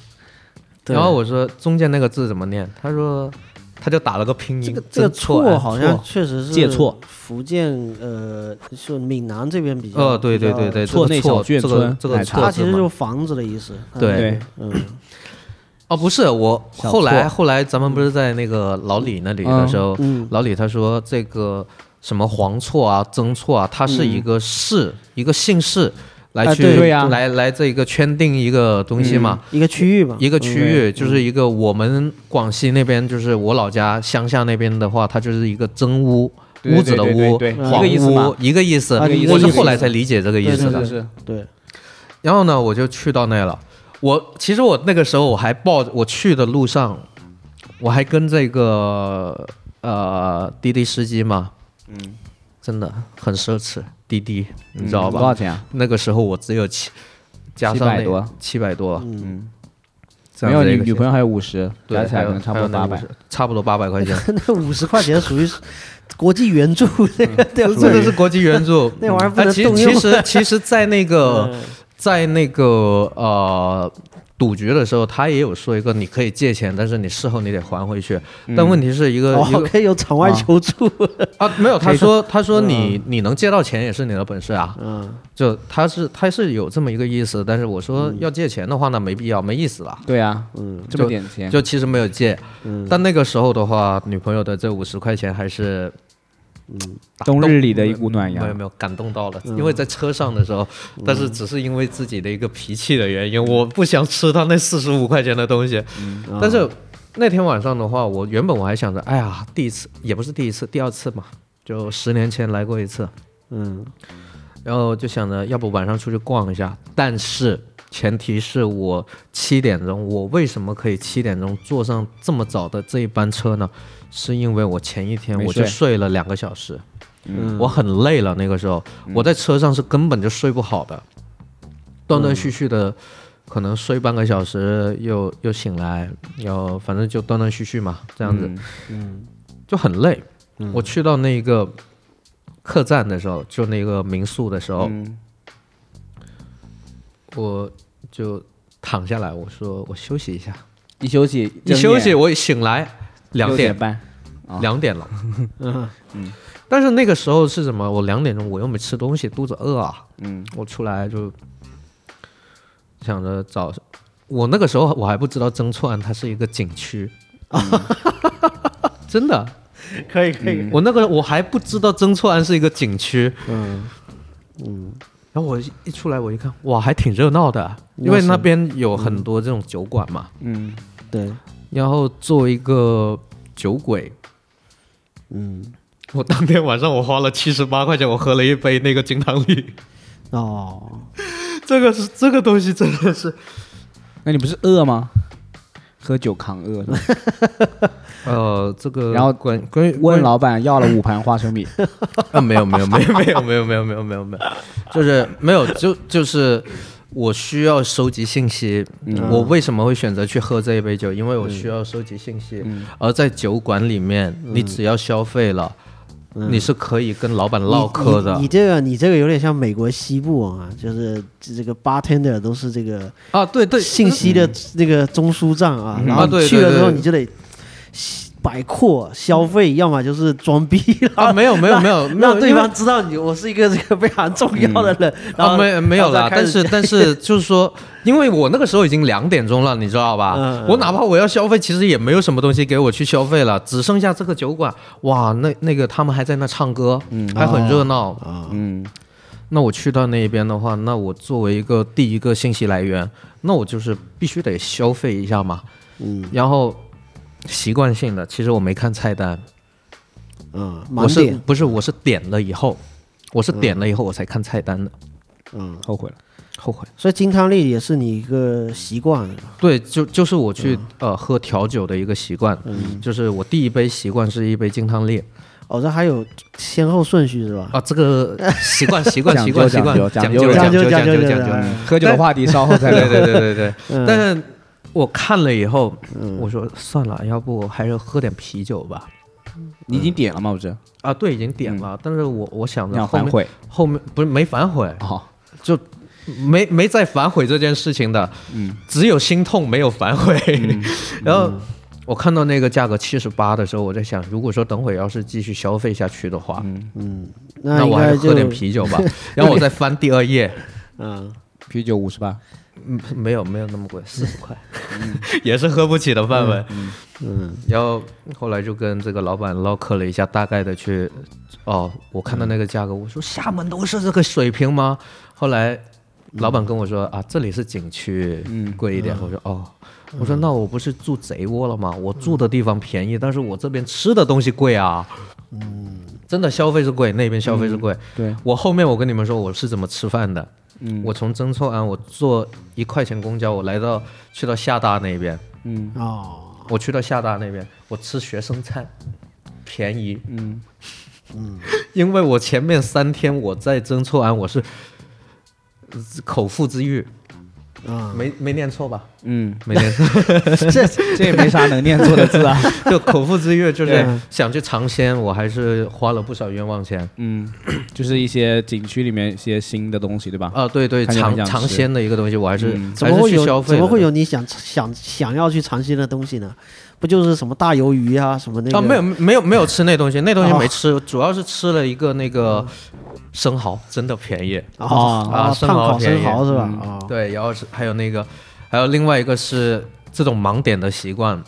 对然后我说中间那个字怎么念？他说他就打了个拼音，这个这个真错哎错好像错确实是借错，福建呃是闽南这边比较，呃，对对比较对对，错这内个小错眷这个村这个奶茶错它字哎其实嘛就是房子的意思，它对对，嗯，哦，不是我小后来错后来咱们不是在那个老李那里的时候，嗯老李他说这个什么黄错啊、曾错啊，它是一个市、一个姓氏来啊去、对哎对呀来来这个圈定一个东西嘛。一个区域嘛，一个区域嗯就是一个我们广西那边，就是我老家乡下那边的话，它就是一个曾屋，对屋子的对对屋对，对黄一个意思嘛屋，一个意思啊一。个我是意思后来才理解这个意思对的对。是嗯对，然后呢，我就去到那了。我其实我那个时候我还抱着我去的路上，我还跟这个呃滴滴司机嘛，嗯，真的很奢侈，滴滴你知道嗯多少吧？钱啊？那个时候我只有七，加上700多，七百多，嗯，这没样有子你一个女朋友还有五十，对，加起来还有可能差不还多有那八个百。哎差不多八百块 钱， 那五十块钱属于是国际援助这个对吧？。真的是国际援 助那玩意儿不能哎其动用其实 其实，在那个哦在那个呃赌局的时候，他也有说一个，你可以借钱，但是你事后你得还回去。但问题是一个一哦，个可以有场外求助，啊，没 嗯有，他说他说你你能借到钱也是你的本事啊，嗯，就他是他是有这么一个意思，但是我说要借钱的话呢，没必要，没意思了。对啊，嗯，这么就点钱，就其实没有借，但那个时候的话，女朋友的这五十块钱还是打冬动日里的一股暖没有阳。没有感动到了，因为在车上的时候，但是只是因为自己的一个脾气的原因，我不想吃他那四十五块钱的东西。但是那天晚上的话，我原本我还想着，哎呀，第一次也不是第一次，第二次嘛，就十年前来过一次，嗯，然后就想着要不晚上出去逛一下，但是。前提是我七点钟，我为什么可以七点钟坐上这么早的这一班车呢？是因为我前一天没我就睡睡了两个小时，我很累了。那个时候、我在车上是根本就睡不好的，断断续续的，可能睡半个小时又又醒来，又反正就断断续续嘛，这样子，嗯，就很累。我去到那个客栈的时候，就那个民宿的时候，我就躺下来，我说我休息一下，一休息，一休息，我一醒来两六点点半，啊两点 了，嗯但是那个时候是什么？我两点钟我又没吃东西，肚子饿啊，嗯，我出来就想着找，我那个时候我还不知道曾厝垵它是一个景区， 真的，嗯嗯可以可以，我那个我还不知道曾厝垵是一个景区，嗯然后我一出来我一看，哇，还挺热闹的，啊因为那边有嗯很多这种酒馆嘛，嗯，对，然后作为一个酒鬼，嗯，我当天晚上我花了七十八块钱，我喝了一杯那个金汤力。哦，这个是这个东西真的是，那你不是饿吗？喝酒扛 饿是吧，呃，这个然后关关于问老板要了五盘花生米， 啊，没有没有没有没有没有没有没有没有没有，就是没有就就是我需要收集信息。我为什么会选择去喝这一杯酒？因为我需要收集信息。而在酒馆里面，你只要消费了，你是可以跟老板唠嗑的你你这个你这个有点像美国西部啊，就是这个 bartender 都是这个啊。对对，嗯信息的那个中枢站啊，然啊后对你去了之后对对你就得摆阔消费，要么就是装逼 啊，没有没有没有没有，让对因为方知道你我是一个这个非常重要的人。然啊，后没没有然啦后，再开但始是但 是就是说，因为我那个时候已经两点钟了，你知道吧？嗯我哪怕我要消费，其实也没有什么东西给我去消费了，只剩下这个酒馆，哇，那那个他们还在那唱歌，还很哦热闹。嗯，那我去到那边的话，那我作为一个第一个信息来源，那我就是必须得消费一下嘛。嗯，然后习惯性的，其实我没看菜单，嗯，我盲是点，不是我是点了以后，我是点了以后我才看菜单的，嗯，后悔了。后悔。所以精汤力也是你一个习惯，啊对，就就是我去、呃喝调酒的一个习惯，就是我第一杯习惯是一杯金汤力哦，这还有先后顺序是吧？啊，这个习惯习惯讲习究惯习惯讲究讲讲究究讲究究讲究讲讲究，究喝酒的话题稍后 再对聊。对对对对对。嗯但是我看了以后，我说算了，要不还是喝点啤酒吧。你已经点了吗？不是，啊，对，已经点了，但是我我想你着嗯要后反面悔后面不是没反悔，哦，就没没再反悔这件事情的，只有心痛没有反悔。 然后我看到那个价格七十八的时候，我在想，如果说等会要是继续消费下去的话，那应我还该是喝就点啤酒吧。然后我再翻第二页，嗯，啤酒五十八，嗯，没有没有那么贵，四十块， 也是喝不起的范围。嗯，然后后来就跟这个老板唠嗑了一下，大概的去，哦，我看到那个价格，我说厦门都是这个水平吗？后来老板跟我说啊，这里是景区，贵一点。我说哦，我说那我不是住贼窝了吗？我住的地方便宜，但是我这边吃的东西贵啊。嗯，真的消费是贵，那边消费是贵。对，我后面我跟你们说我是怎么吃饭的。我从曾厝啊垵，我坐一块钱公交，我来到去到厦大那边，嗯，哦，我去到厦大那边，我吃学生餐，便宜。嗯嗯，因为我前面三天我在曾厝垵，我是呃口腹之欲，啊，没没念错吧？嗯，没念错，这这也没啥能念错的字啊。 就口腹之欲，就是对想去尝鲜，我还是花了不少冤枉钱。嗯，就是一些景区里面一些新的东西，对吧？啊，对对，看起来尝很想尝吃鲜的一个东西，我还是、嗯怎还么是会去消有费怎了的。么会有你想想想要去尝鲜的东西呢？不就是什么大鱿鱼啊，什么那个啊，没有没有没有吃那东西，那东西哦没吃，主要是吃了一个那个生蚝，真的便宜。哦啊生炭蚝烤便生宜嗯蚝是吧？啊，对，然后是还有那个，还有另外一个是这种盲点的习惯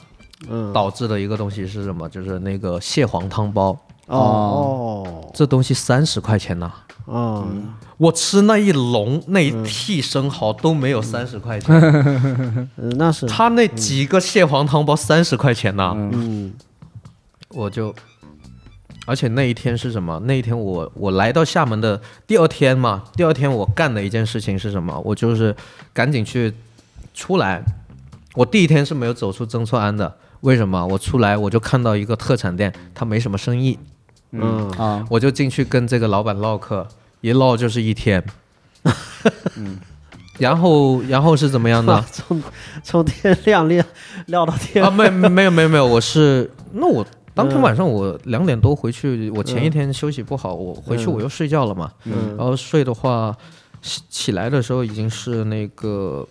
嗯，导致的一个东西是什么？就是那个蟹黄汤包，哦这东西三十块钱呐、哦，嗯，我吃那一笼那一屉生蚝都没有三十块 钱，呃那 是，他那几个蟹黄汤包三十块钱呐、嗯我就，而且那一天是什么？那一天我我来到厦门的第二天嘛，第二天我干的一件事情是什么？我就是赶紧去出来。我第一天是没有走出曾厝垵的，为什么？我出来我就看到一个特产店，它没什么生意，嗯，啊，我就进去跟这个老板唠嗑，一唠就是一天。嗯 然后然后是怎么样呢？从从天 亮亮撂到天啊，没没有没有没有，我是 嗯那我当天晚上我两点多回去，我前一天休息不好，我回去我又睡觉了嘛，嗯然后睡的话起起来的时候已经是那个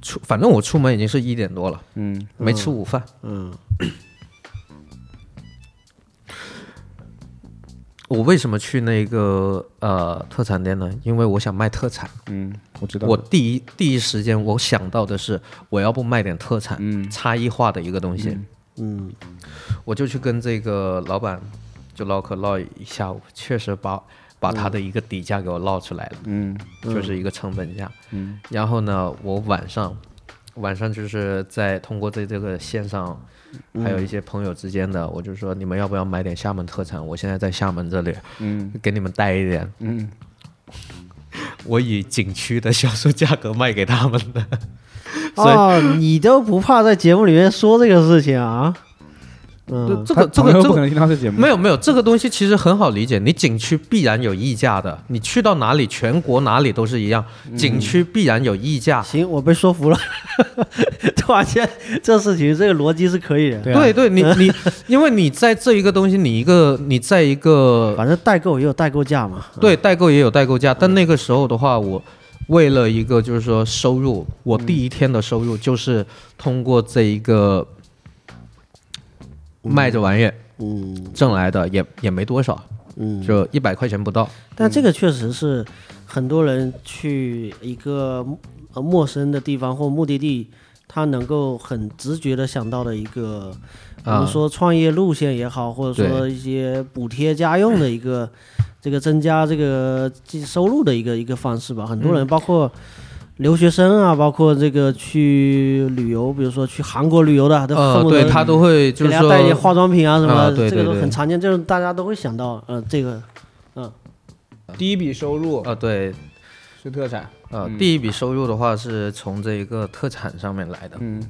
出，反正我出门已经是一点多了，嗯，没吃午饭，嗯我为什么去那个呃特产店呢？因为我想卖特产，嗯，我知道。我第一第一时间我想到的是我要不卖点特产，嗯差异化的一个东西。嗯我就去跟这个老板就唠嗑唠一下午，确实把把他的一个底价给我唠出来了，嗯就是一个成本价。嗯，然后呢，我晚上晚上就是在通过这这个线上，嗯还有一些朋友之间的，我就说你们要不要买点厦门特产？我现在在厦门这里，嗯给你们带一点。嗯， 我以景区的销售价格卖给他们的，所以哦，你都不怕在节目里面说这个事情啊？嗯，这个这他朋个友这不个可能听到这节目，没有没有，这个东西其实很好理解。你景区必然有溢价的，你去到哪里，全国哪里都是一样，嗯景区必然有溢价。行，我被说服了。 突然间，这事情这个逻辑是可以的。对啊对 对，你你，因为你在这一个东西，你一个你在一个反正嗯代购也有代购价嘛。对代购也有代购价，但那个时候的话，我为了一个就是说收入，嗯我第一天的收入就是通过这一个卖这玩意儿嗯挣来的，也也没多少，嗯，就一百块钱不到。但嗯这个确实是很多人去一个呃陌生的地方或目的地，他能够很直觉的想到的一个，我啊们说创业路线也好，或者说对一些补贴家用的一嗯个，这个增加这个这收入的一个一个方式吧。很多人包括。留学生啊，包括这个去旅游，比如说去韩国旅游的，都恨呃，不对得嗯他都会给就是大家带一些化说，妆品啊什么，啊对这个对都对很常见，就是大家都会想到，呃，这个第一笔收入呃，对，是特产，呃，嗯第一笔收入的话是从这一个特产上面来的。嗯，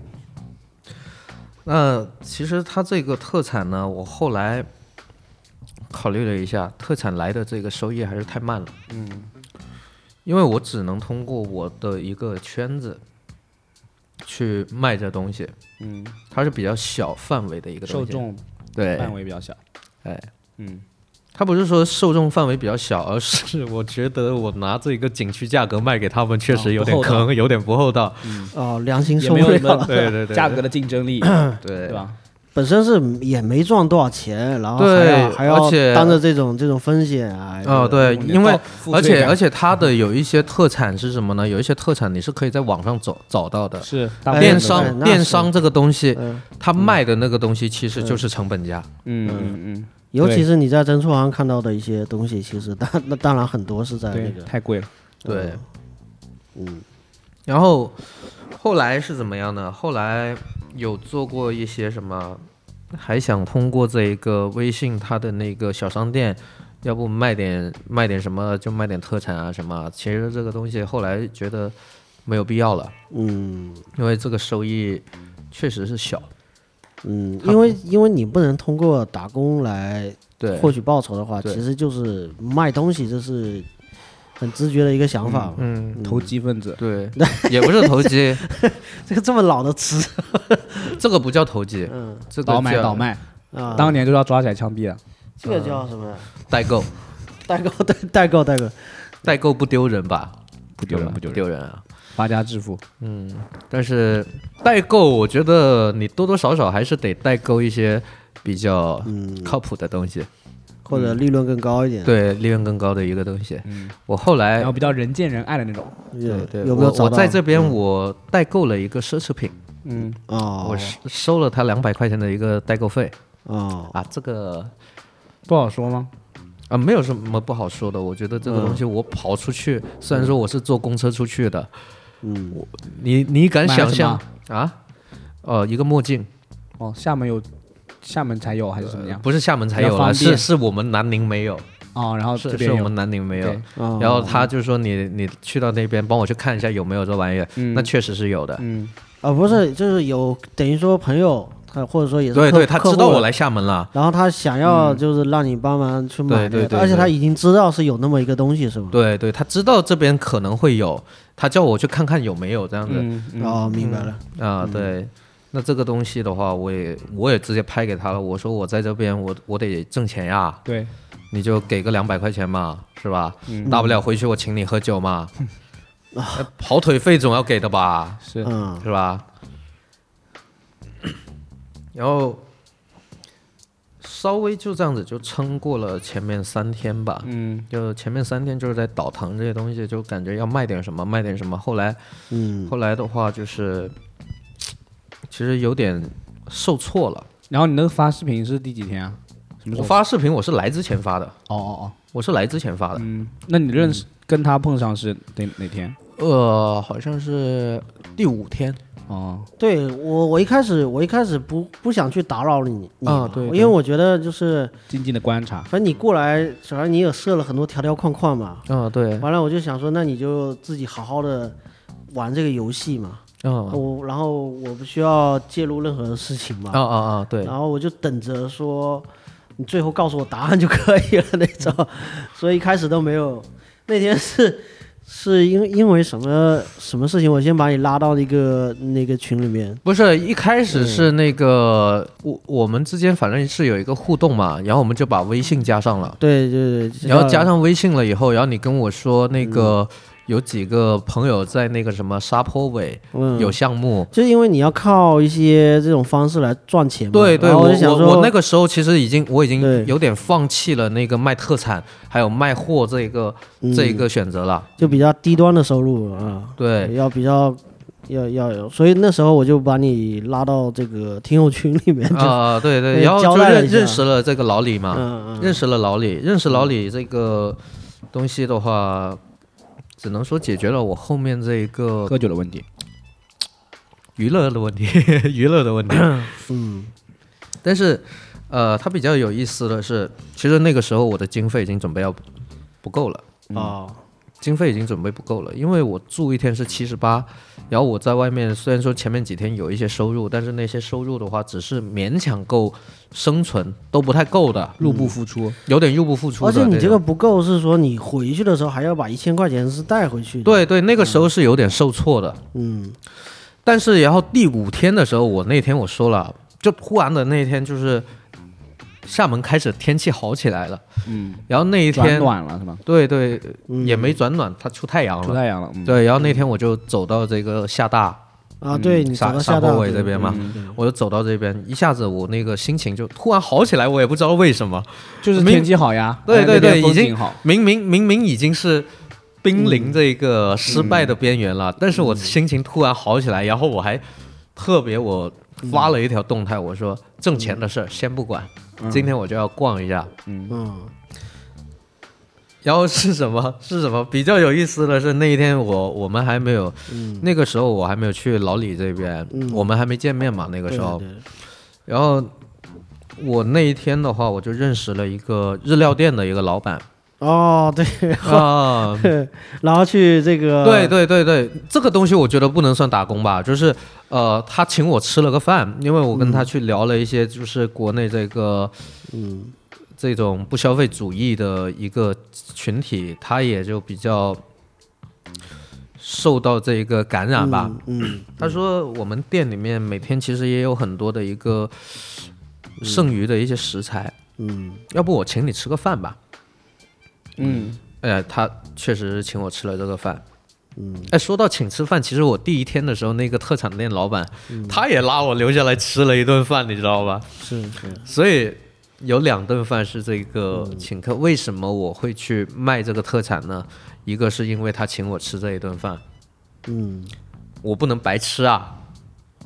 那其实它这个特产呢，我后来考虑了一下，特产来的这个收益还是太慢了。嗯，因为我只能通过我的一个圈子去卖这东西。嗯，它是比较小范围的一个东受西。众对，范围比较小，哎，嗯，它不是说受众范围比较小，而是我觉得我拿这个景区价格卖给他们，确实有点哦不厚道坑，有点不厚道。哦良心也受没不有什了么了，对对对价格的竞 争力，对对吧？本身是也没赚多少钱，然后还对要还要而且担着这种这种风险哎啊，哦，对，有点因为到负而罪且感而且它的有一些特产是什么呢？有一些特产你是可以在网上找找到的。哎是大部分电都是商那电是商这个东西，嗯，它卖的那个东西其实就是成本价。嗯嗯尤其是你在真促行看到的一些东西，其实当那当然很多是在嗯，那对，个太贵了，对，嗯，然后后来是怎么样呢？后来有做过一些什么，还想通过这一个微信它的那个小商店，要不卖点卖点什么，就卖点特产啊什么啊。其实这个东西后来觉得没有必要了，嗯因为这个收益确实是小。嗯，因为因为你不能通过打工来对，获取报酬的话，对其实就是卖东西，这是很直觉的一个想法嘛。嗯，投机分子，对，也不是投机， 这个这么老的词这个不叫投机，嗯这个倒卖叫倒卖，啊，当年就要抓起来枪毙了。这个叫什么？代购，代购代代购代购，代购不丢人吧？不丢人对吧不丢人丢人啊。发家致富，但是代购，我觉得你多多少少还是得代购一些比较靠谱的东西，或者利润更高一点。嗯对利润更高的一个东西。我后来然后比较人见人爱的那种。有，对对，有没有呃我找我到？在这边我代购了一个奢侈品，嗯，哦，我收收了他两百块钱的一个代购费哦，啊，这个不好说吗？啊没有什么不好说的，我觉得这个东西我跑出去，虽然说我是坐公车出去的，嗯，你你敢买了想什象么啊？呃，一个墨镜，哦，厦门有，厦门才有还是怎么呃样？不是厦门才比较有了，方是便是我们南宁没有，哦，然后这是边是我有们南宁没有对。哦然后他就说你你去到那边帮我去看一下有没有这玩意儿，那确实是有的。嗯，啊，不是，就是有等于说朋友，他或者说也是对客对，他客知户道了啊我来厦门了。然后他想要就是让你帮忙去对买对这个，对而且他对已经知道是有那么一个东西嗯是吗？对对，他知道这边可能会有，他叫我去看看有没有嗯这样子哦，明白了。啊。对，那这个东西的话，我也我也直接拍给他了。我说我在这边，我我得挣钱呀，对，你就给个两百块钱嘛，是吧？嗯大不了回去我请你喝酒 嘛，呃跑腿费总要给的吧？是嗯，是吧？嗯然后稍微就这样子就撑过了前面三天吧，嗯，就前面三天就是在倒腾这些东西，就感觉要卖点什么，卖点什么。后来，嗯，后来的话就是，其实有点受挫了。然后你那个发视频是第几天啊？什么时我候？发视频我是来之前发的，哦哦我是来之前发的哦，，嗯，那你认识跟他碰上是哪哪天？呃，好像是第五天，哦，对我我一开始我一开始不不想去打扰你你啊嘛对因对为我觉得就是静静的观察反，正你过来，主要你也设了很多条条框框嘛。啊，对，完了，我就想说，那你就自己好好的玩这个游戏嘛。啊，我然后我不需要介入任何事情嘛。啊啊啊，对，然后我就等着说你最后告诉我答案就可以了那 种，所以一开始都没有。那天是是因因为什么什么事情，我先把你拉到那个那个群里面，不是一开嗯始是那个、我我们之间反正是有一个互动嘛，然后我们就把微信加上了，对对对，然后加上微信了以后，然后你跟我说那个、嗯有几个朋友在那个什么沙坡尾、嗯有，项目。就是因为你要靠一些这种方式来赚钱嘛，对对，嗯然后我就想说我我那个时候其实已经我已对经有点放弃了那个卖特产还有卖货这一个、这一个选择了。嗯就比较低端的收入啊，对，要比较。要要有，所以那时候我就把你拉到这个听友群里面，就啊、对对，对然后交就代了认一下认识了这个老李嘛。嗯嗯，认识了老李，认识老李这个东西的话，只能说解决了我后面这一个喝酒的问题，娱乐的问题， 娱乐的问题。嗯但是，呃，它比较有意思的是，其实那个时候我的经费已经准备要不够了，哦，嗯经费已经准备不够了，因为我住一天是七十八，然后我在外面虽然说前面几天有一些收入，但是那些收入的话只是勉强够生存，都不太够的，入不敷出，有点入不敷出而的。且你这这个种不够，是说你回去的时候还要把一千块钱是带回去的。，对对，那个时候是有点受挫的，嗯但是然后第五天的时候，我那天我说了，就突然的那天就是厦门开始天气好起来了，嗯，然后那一转天暖了是吧？对对，嗯也没转暖，它出太阳出了。太阳了，嗯，对，然后那天我就走到这个厦大，啊，对你找沙到沙下坡道尾这边嘛，嗯我就走到这边，一下子我那个心情就突然好起来，我也不知道为什么。就是明天气好呀，对哎对那边对风已经景好，明明明明已经是濒嗯临这个失败的边缘了，但是我心情突然好起来，然后我还特别我发了一条动态，我说挣钱的事儿先不管，今天我就要逛一下。嗯然后是什么？是什么？比较有意思的是那一天我我们还没有，嗯那个时候我还没有去老李这边，我们还没见面嘛那个对时候。嗯对对然后我那一天的话，我就认识了一个日料店的一个老 板哦对，啊。 然后去这个对对对对，这个东西我觉得不能算打工吧，就是呃，他请我吃了个饭，因为我跟他去聊了一些就是国内这个嗯这种不消费主义的一个群体，他也就比较受到这一个感染吧。嗯他说我们店里面每天其实也有很多的一个剩余的一些食材，嗯要不我请你吃个饭吧？嗯，哎，他确实请我吃了这个饭。嗯，哎，说到请吃饭，其实我第一天的时候，那个特产店老板、他也拉我留下来吃了一顿饭，你知道吧？是是所以有两顿饭是这个请客。为什么我会去卖这个特产呢？一个是因为他请我吃这一顿饭，嗯我不能白吃啊，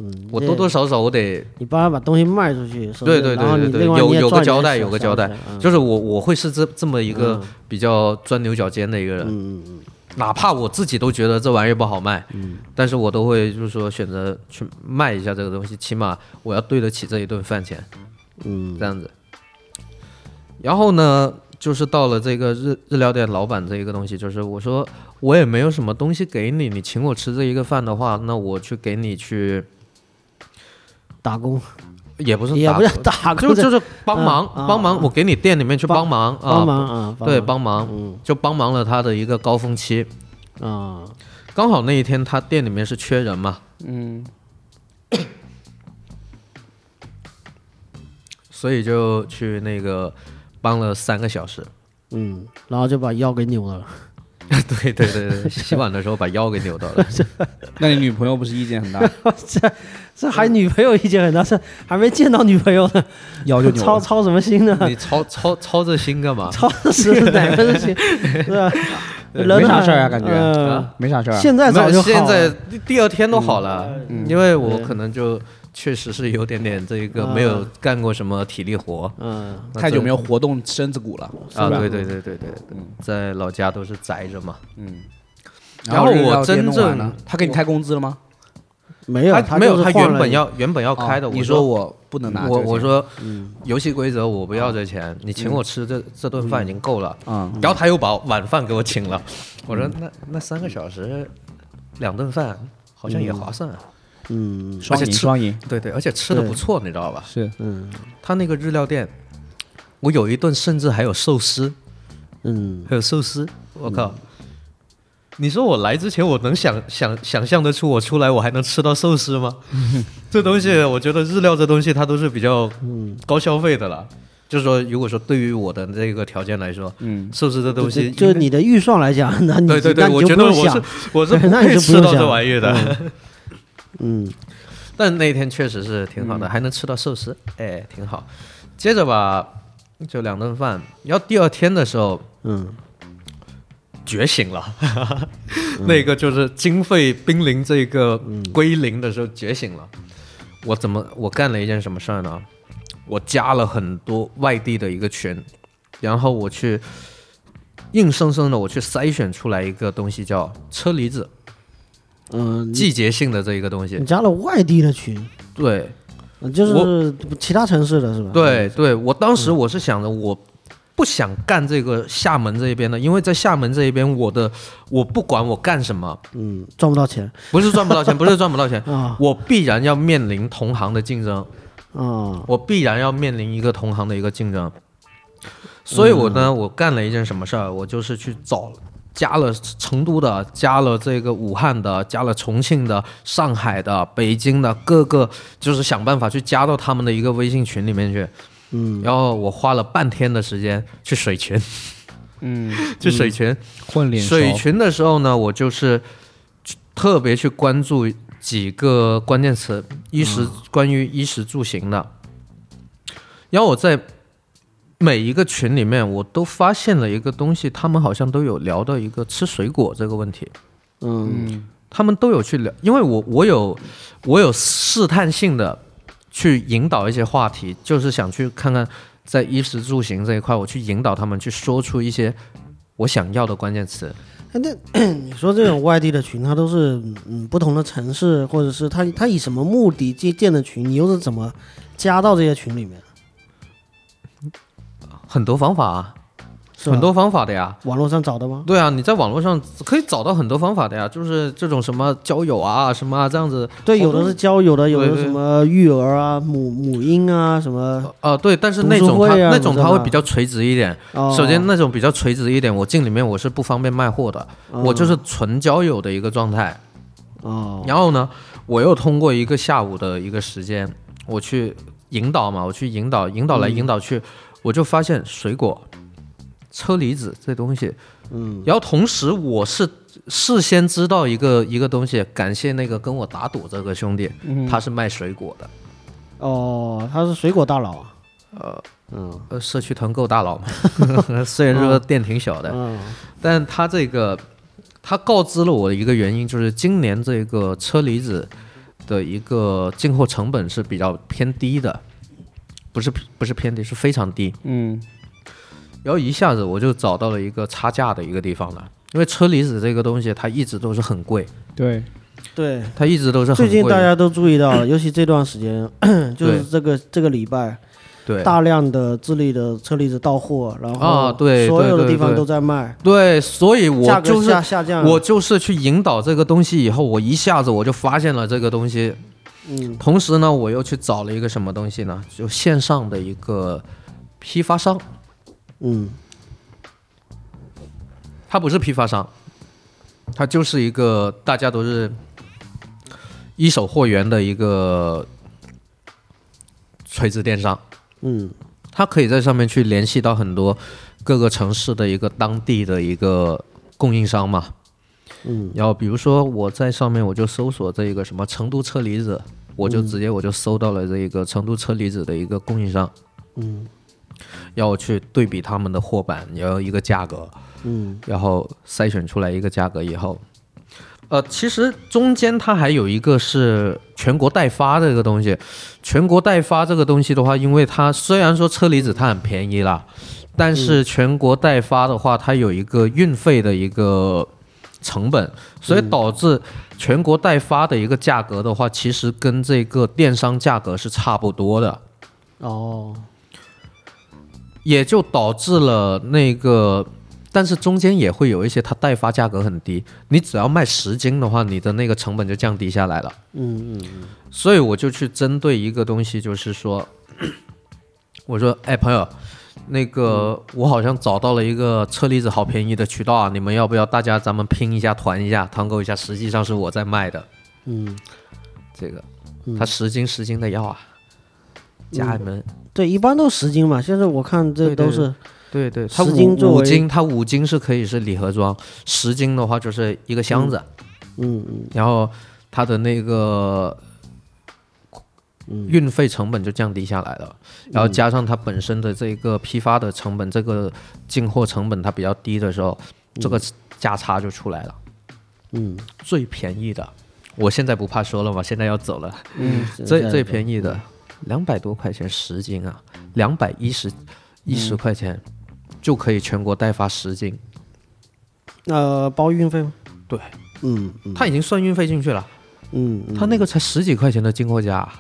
嗯，我这多多少少我得你帮他把东西卖出去，是不对是对然后对你对对，另外有你也有个赚一交点代，小有个小交代钱，嗯就是我我会是这这么一个嗯比较钻牛角尖的一个人，嗯嗯哪怕我自己都觉得这玩意儿不好卖，但是我都会就是说选择去卖一下这个东西，起码我要对得起这一顿饭钱，嗯这样子。然后呢，就是到了这个日日料店老板这一个东西，就是我说我也没有什么东西给你，你请我吃这一个饭的话，那我去给你去，嗯，打工也不是也打不叫工打啊 就工，就是帮忙、啊帮忙，啊我给你店里面去帮忙帮啊，忙啊，对，帮忙，嗯就帮忙了他的一个高峰期。啊刚好那一天他店里面是缺人嘛，嗯， 所以就去那个帮了三个小时。 嗯，然后就把腰给扭了，对对对对，洗碗的时候把腰给扭到了。 那你女朋友不是意见很大，这还女朋友意见很大，这还没见到女朋友呢，腰就扭操了，操什么心呢？你操操操这心干 嘛？操是哪个心？是吧？人没啥还事儿啊，感觉嗯没啥事儿啊，现在早没就有好了嗯现在第第二天都好了，因为我可能就确实是有点点这啊个没有干过什么体力活嗯那太久这没有活动身子骨了啊，是吧嗯对对对对对，对在老家都是宅着嘛。然后然后我日料店弄真完正了他给你开工资了吗？没有，没有，就是他换原了本一要原本要开的，哦我你说我不能拿这我个钱，我说，游戏规则我不要这钱，你请我吃这这顿饭已经够了。嗯，然后他又把晚饭给我请了，我说那那三个小时，两顿饭好像也划算啊。嗯双而赢且吃双赢对对，而且吃的不错，你知道吧？是嗯他那个日料店，我有一顿甚至还有寿司，嗯还有寿司，我靠！你说我来之前，我能想想想象得出我出来我还能吃到寿司吗？这东西我觉得日料这东西它都是比较高消费的了，就是说如果说对于我的这个条件来说，嗯，寿司这东西就就你的预算来讲，那你对对对，那我你就觉不得用我是想，我是 那不会你就不吃用到这想玩意的。 嗯但那一天确实是挺好的，还能吃到寿司，哎，挺好。接着吧，就两顿饭。然后第二天的时候嗯觉醒了， 那个就是经费濒临这个嗯归零的时候觉醒了。我怎么我干了一件什么事儿呢？我加了很多外地的一个群，然后我去硬生生的我去筛选出来一个东西叫车厘子，嗯，季节性的这一个东西你。加了外地的群，对呃就是其他城市的是吧？对对，我当时我是想着我。不想干这个厦门这一边的，因为在厦门这一边，我的我不管我干什么，嗯，赚不到钱不是赚不到钱，不是赚不到钱， 啊我必然要面临同行的竞争，啊，我必然要面临一个同行的一个竞争。所以我呢，我干了一件什么事儿？我就是去找加了成都的，加了这个武汉的，加了重庆的、上海的、北京的各个，就是想办法去加到他们的一个微信群里面去。嗯，然后我花了半天的时间去水群，嗯，去水群，混脸熟水群的时候呢，我就是去特别去关注几个关键词，衣食、嗯关于衣食住行的。然后我在每一个群里面，我都发现了一个东西，他们好像都有聊到一个吃水果这个问题，嗯他们都有去聊，因为我我有我有试探性的去引导一些话题，就是想去看看在衣食住行这一块，我去引导他们去说出一些我想要的关键词。哎那你说这种外地的群，它都是嗯不同的城市，或者是他他以什么目的建建的群？你又是怎么加到这些群里面？很多方法啊，是吧很多方法的呀。网络上找的吗？对啊，你在网络上可以找到很多方法的呀，就是这种什么交友啊，什么啊这样子。对，活有的动是交友的，有的对对什么育儿啊、母母婴啊什么。呃，对，但是读那书种会它、啊那什么种的它会吧比较垂直一点。哦、首先，那种比较垂直一点，我进里面我是不方便卖货的，我就是纯交友的一个状态。哦，然后呢，我又通过一个下午的一个时间，我去引导嘛，我去引导，引导来引导去，嗯我就发现水果、车厘子这东西，嗯，然后同时我是事先知道一个一个东西，感谢那个跟我打赌这个兄弟，嗯他是卖水果的，哦，他是水果大佬啊。呃，社区团购大佬 嘛，虽然说店挺小的，嗯但他这个，他告知了我的一个原因就是今年这个车厘子的一个进货成本是比较偏低的，不是不是偏低，是非常低。嗯然后一下子我就找到了一个差价的一个地方了，因为车厘子这个东西它一直都是很贵，对对，它一直都是很贵最的。近大家都注 意到了，尤其这段时间， 就是对这个这个礼拜，对大量的智利的车厘子到货，然后啊对所有的对对地方对都在卖，对，所以我价就格是下下降。我就是去引导这个东西以后，我一下子我就发现了这个东西。嗯同时呢，我又去找了一个什么东西呢？就线上的一个批发商，嗯它不是批发商，它就是一个大家都是一手货源的一个垂直电商。嗯它可以在上面去联系到很多各个城市的一个当地的一个供应商嘛。嗯，然后比如说我在上面我就搜索这一个什么成都车厘子，我就嗯直接我就搜到了这一个成都车厘子的一个供应商。嗯要我去对比他们的货版，然后一个价格，嗯然后筛选出来一个价格以后，呃，其实中间它还有一个是全国代发这个东西。全国代发这个东西的话，因为它虽然说车厘子它很便宜啦，但是全国代发的话，它有一个运费的一个成本，所以导致全国代发的一个价格的话，其实跟这个电商价格是差不多的。哦，也就导致了那个，但是中间也会有一些它代发价格很低，你只要卖十斤的话，你的那个成本就降低下来了。嗯嗯所以我就去针对一个东西，就是说， 我说，哎，朋友，那个我好像找到了一个车厘子好便宜的渠道啊，你们要不要大家咱们拼一下、团一下、团购一下？实际上是我在卖的嗯，这个，它十斤十斤的要啊，家人们，对，一般都十斤嘛，现在我看这对对都是对对，它十斤作五五为斤，它五斤是可以是礼盒装，十斤的话就是一个箱子，嗯嗯然后它的那个嗯运费成本就降低下来了，然后加上它本身的这个批发的成本，这个进货成本它比较低的时候，这个价差就出来了。嗯，最便宜的，我现在不怕说了嘛，现在要走了，嗯，最最宜便宜的两百多块钱十嗯斤啊，两百一十一十块钱就可以全国代发十斤。呃，包运费吗？对，嗯嗯他已经算运费进去了，嗯嗯他那个才十几块钱的进货价，啊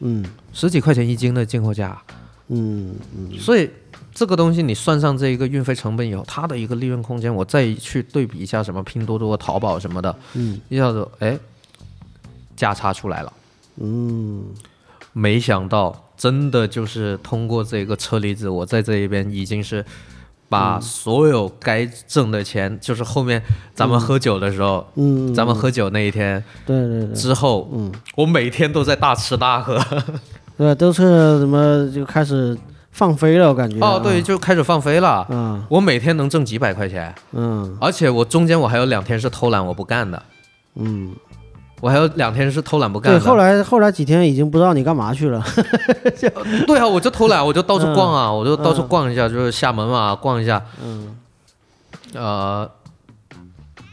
嗯十几块钱一斤的进货价，啊嗯嗯所以这个东西你算上这一个运费成本以后，它的一个利润空间，我再去对比一下什么拼多多、淘宝什么的，嗯，一下子哎，价差出来了。嗯没想到真的就是通过这个车厘子，我在这一边已经是把所有该挣的钱，就是后面咱们喝酒的时候，嗯，咱们喝酒那一天对对对之后，我每天都在大吃大喝。对，都是什么就开始放飞了，我感觉。 啊哦， 对，，就开始放飞了。嗯我每天能挣几百块钱，嗯而且我中间我还有两天是偷懒我不干的，嗯，我还有两天是偷懒不干对，的。后来后来几天已经不知道你干嘛去了。对啊，我就偷懒，我就到处逛啊，我就到处逛一下，就是厦门嘛，逛一下。嗯呃，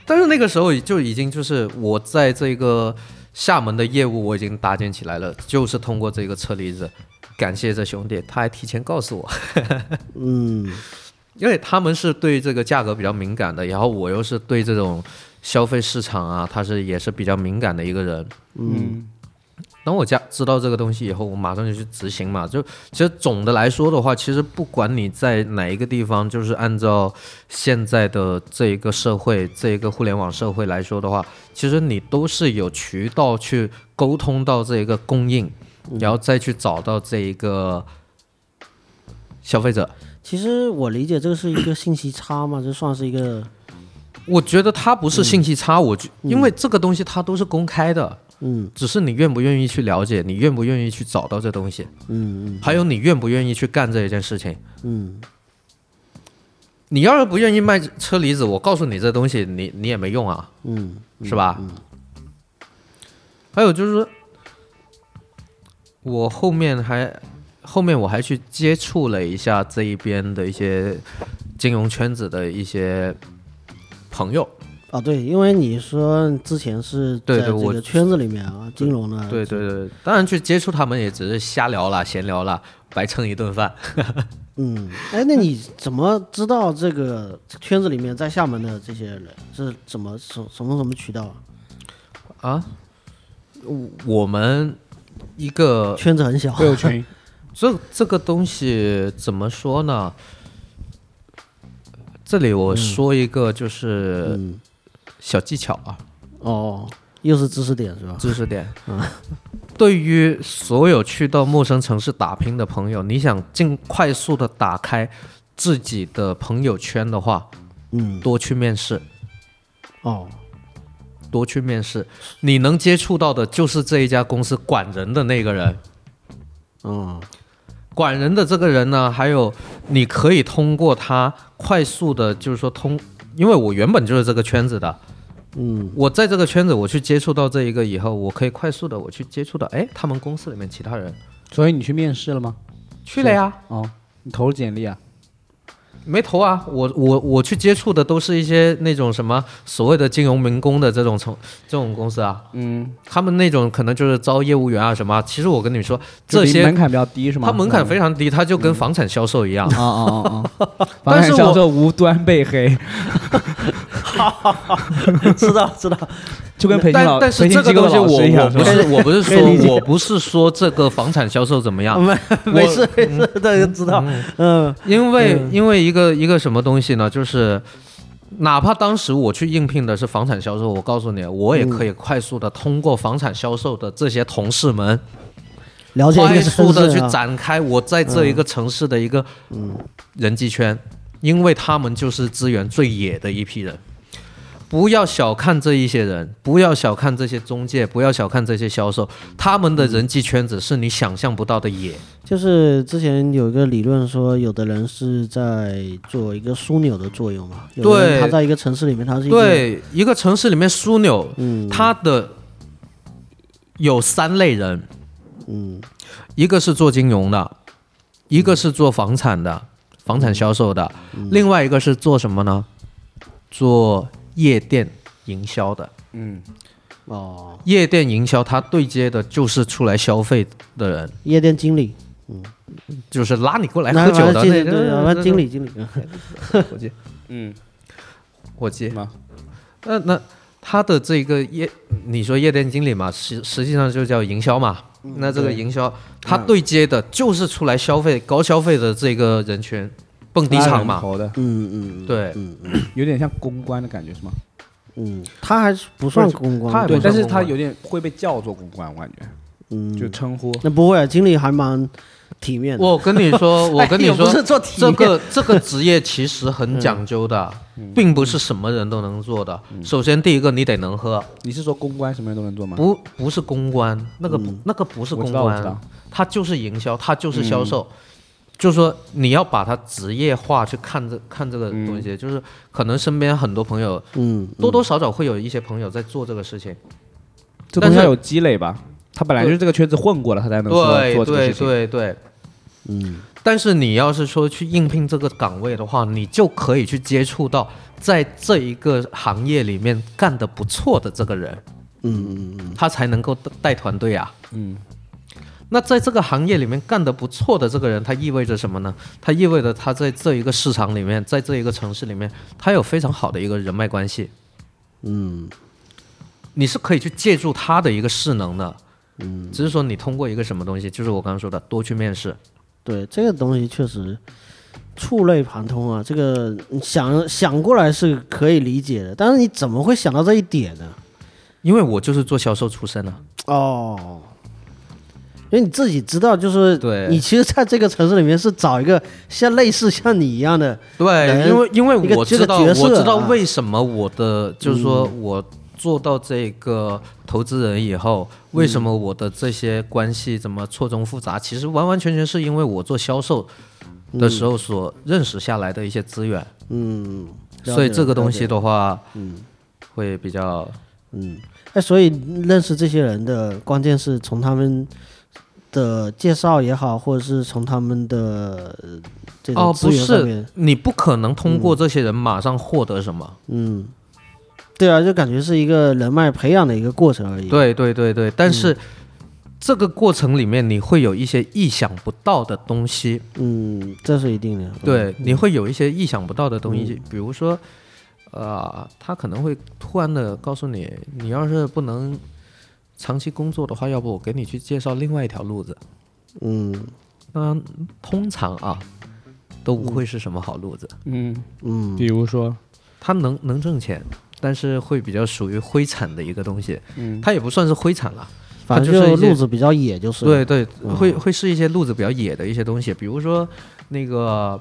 但是那个时候就已经就是我在这个厦门的业务我已经搭建起来了，就是通过这个车厘子。感谢这兄弟，他还提前告诉我，嗯因为他们是对这个价格比较敏感的，然后我又是对这种消费市场啊，他是也是比较敏感的一个人。 嗯，当我家知道这个东西以后，我马上就去执行嘛。就其实总的来说的话，其实不管你在哪一个地方，就是按照现在的这一个社会、这一个互联网社会来说的话，其实你都是有渠道去沟通到这一个供应，然后再去找到这一个消费者。其实我理解这个是一个信息差嘛，这算是一个我觉得它不是信息差，我觉因为这个东西它都是公开的，嗯只是你愿不愿意去了解，你愿不愿意去找到这东西，嗯还有你愿不愿意去干这一件事情。嗯你要是不愿意卖车厘子，我告诉你这东西你你也没用啊，嗯是吧？还有就是说，我后面还后面我还去接触了一下这一边的一些金融圈子的一些朋友，啊，对，因为你说之前是对在对这我个圈子里面啊，金融的，对对对，当然去接触他们也只是瞎聊啦、闲聊啦，白蹭一顿饭。嗯，哎，那你怎么知道这个圈子里面在厦门的这些人是怎么什什么什么渠道啊？啊，我我们一个圈子很小，哦会有群，这这个东西怎么说呢？这里我说一个就是嗯，小技巧啊，哦，又是知识点是吧？知识点。嗯 对于所有去到陌生城市打拼的朋友，你想尽快速的打开自己的朋友圈的话，嗯，多去面试。哦，多去面试，你能接触到的就是这一家公司管人的那个人。嗯管人的这个人呢，还有你可以通过他快速的，就是说通，因为我原本就是这个圈子的，嗯我在这个圈子我去接触到这一个以后，我可以快速的我去接触到，哎，他们公司里面其他人所以你去面试了吗？去了呀，哦，你投了简历啊？没投啊，我我我去接触的都是一些那种什么所谓的金融民工的这种从这种公司啊，嗯，他们那种可能就是招业务员啊什么啊，其实我跟你说就这离些门。槛比较低是吗？它门槛非常低，它就跟房产销售一样，啊啊啊 啊！但是我叫做无端被黑， 知道知道，就跟培训老但但是培这训个机东构的西老我师一我样是不吧？是我不是可以理解说我不是说这个房产销售怎么样， 没没事没事，对，知道，嗯因为因为一个一个什么东西呢，就是。哪怕当时我去应聘的是房产销售，我告诉你，我嗯也可以快速的通过房产销售的这些同事们，了解一快个速城的市去啊，嗯展开我在这一个城市的一个人际圈，因为他们就是资源最野的一批人。不要小看这一些人，不要小看这些中介，不要小看这些销售，他们的人际圈子是你想象不到的野。就是之前有一个理论说，有的人是在做一个枢纽的作用嘛，有的人对他在一个城市里面，他是一个，对，一个城市里面枢纽，嗯它的有三类人，嗯一个是做金融的，一个是做房产的，房产销售的，嗯另外一个是做什么呢？做夜店营销的。嗯，哦，夜店营销它对接的就是出来消费的人，夜店经理，就是拉你过来啊那喝酒的经理那对，那那经理经理，伙计，嗯。我接。吗？那那他的这个夜，你说夜店经理嘛，实实际上就叫营销嘛。嗯那这个营销，他对接的就是出来消费高消费的这个人群，蹦迪场嘛。投的，嗯嗯对，有点像公关的感觉是吗？嗯，他还是不算公关，他也不对，算但是公他关有点会被叫做公关，我感觉嗯，就称呼。那不会啊，经理还蛮体面的。我跟你说，我跟你 哎也说不，是做体这面，个 这个职业其实很讲究的，嗯并不是什么人都能做的。首先，第一个你得能喝，你是说公关什么人都能做吗？不不是公关，那个不那个不是我公知道我知关道，它就是营销，它就是销售。就说你要把它职业化去看这看这个东西，就是可能身边很多朋友嗯，多多少少会有一些朋友在做这个事情，这但东西是要有积累吧？他本来就是这个圈子混过了，他才能说对做这个对事情。对对，嗯。但是你要是说去应聘这个岗位的话，你就可以去接触到在这一个行业里面干得不错的这个人，嗯嗯嗯，他才能够带带团队啊，嗯。那在这个行业里面干得不错的这个人，他意味着什么呢？他意味着他在这一个市场里面，在这一个城市里面，他有非常好的一个人脉关系，嗯，你是可以去借助他的一个势能的，只是说你通过一个什么东西，就是我刚刚说的，多去面试。对，这个东西确实触类旁通啊。这个你想想过来是可以理解的，但是你怎么会想到这一点呢？因为我就是做销售出身的，啊哦，因为你自己知道，就是对你其实在这个城市里面是找一个像类似像你一样的，人对，因为因为哎一个我这知个道，角我色知道啊嗯为什么我的就是说我做到这个投资人以后，为什么嗯我的这些关系怎么错综复杂？其实完完全全是因为我做销售的时候所认识下来的一些资源，嗯，了所以解这个了东解西的话，嗯，会比较嗯，哎，所以认识这些人的关键是从他们的介绍也好，或者是从他们的呃这种哦，资不源上是面，，你不可能通过这些人马上获得什么。嗯，对啊，就感觉是一个人脉培养的一个过程而已。，对对对对，但是这个过程里面你会有一些意想不到的东西，嗯，这是一定的。对，你会有一些意想不到的东西，比如说，呃，他可能会突然的告诉你，你要是不能长期工作的话，要不我给你去介绍另外一条路子。嗯那通常啊，都不会是什么好路子，嗯，嗯比如说，他能能挣钱。但是会比较属于灰产的一个东西，它也不算是灰产了，反它正就是一哦些路子比较野，就是对对，会会是一些路子比较野的一些东西，比如说那个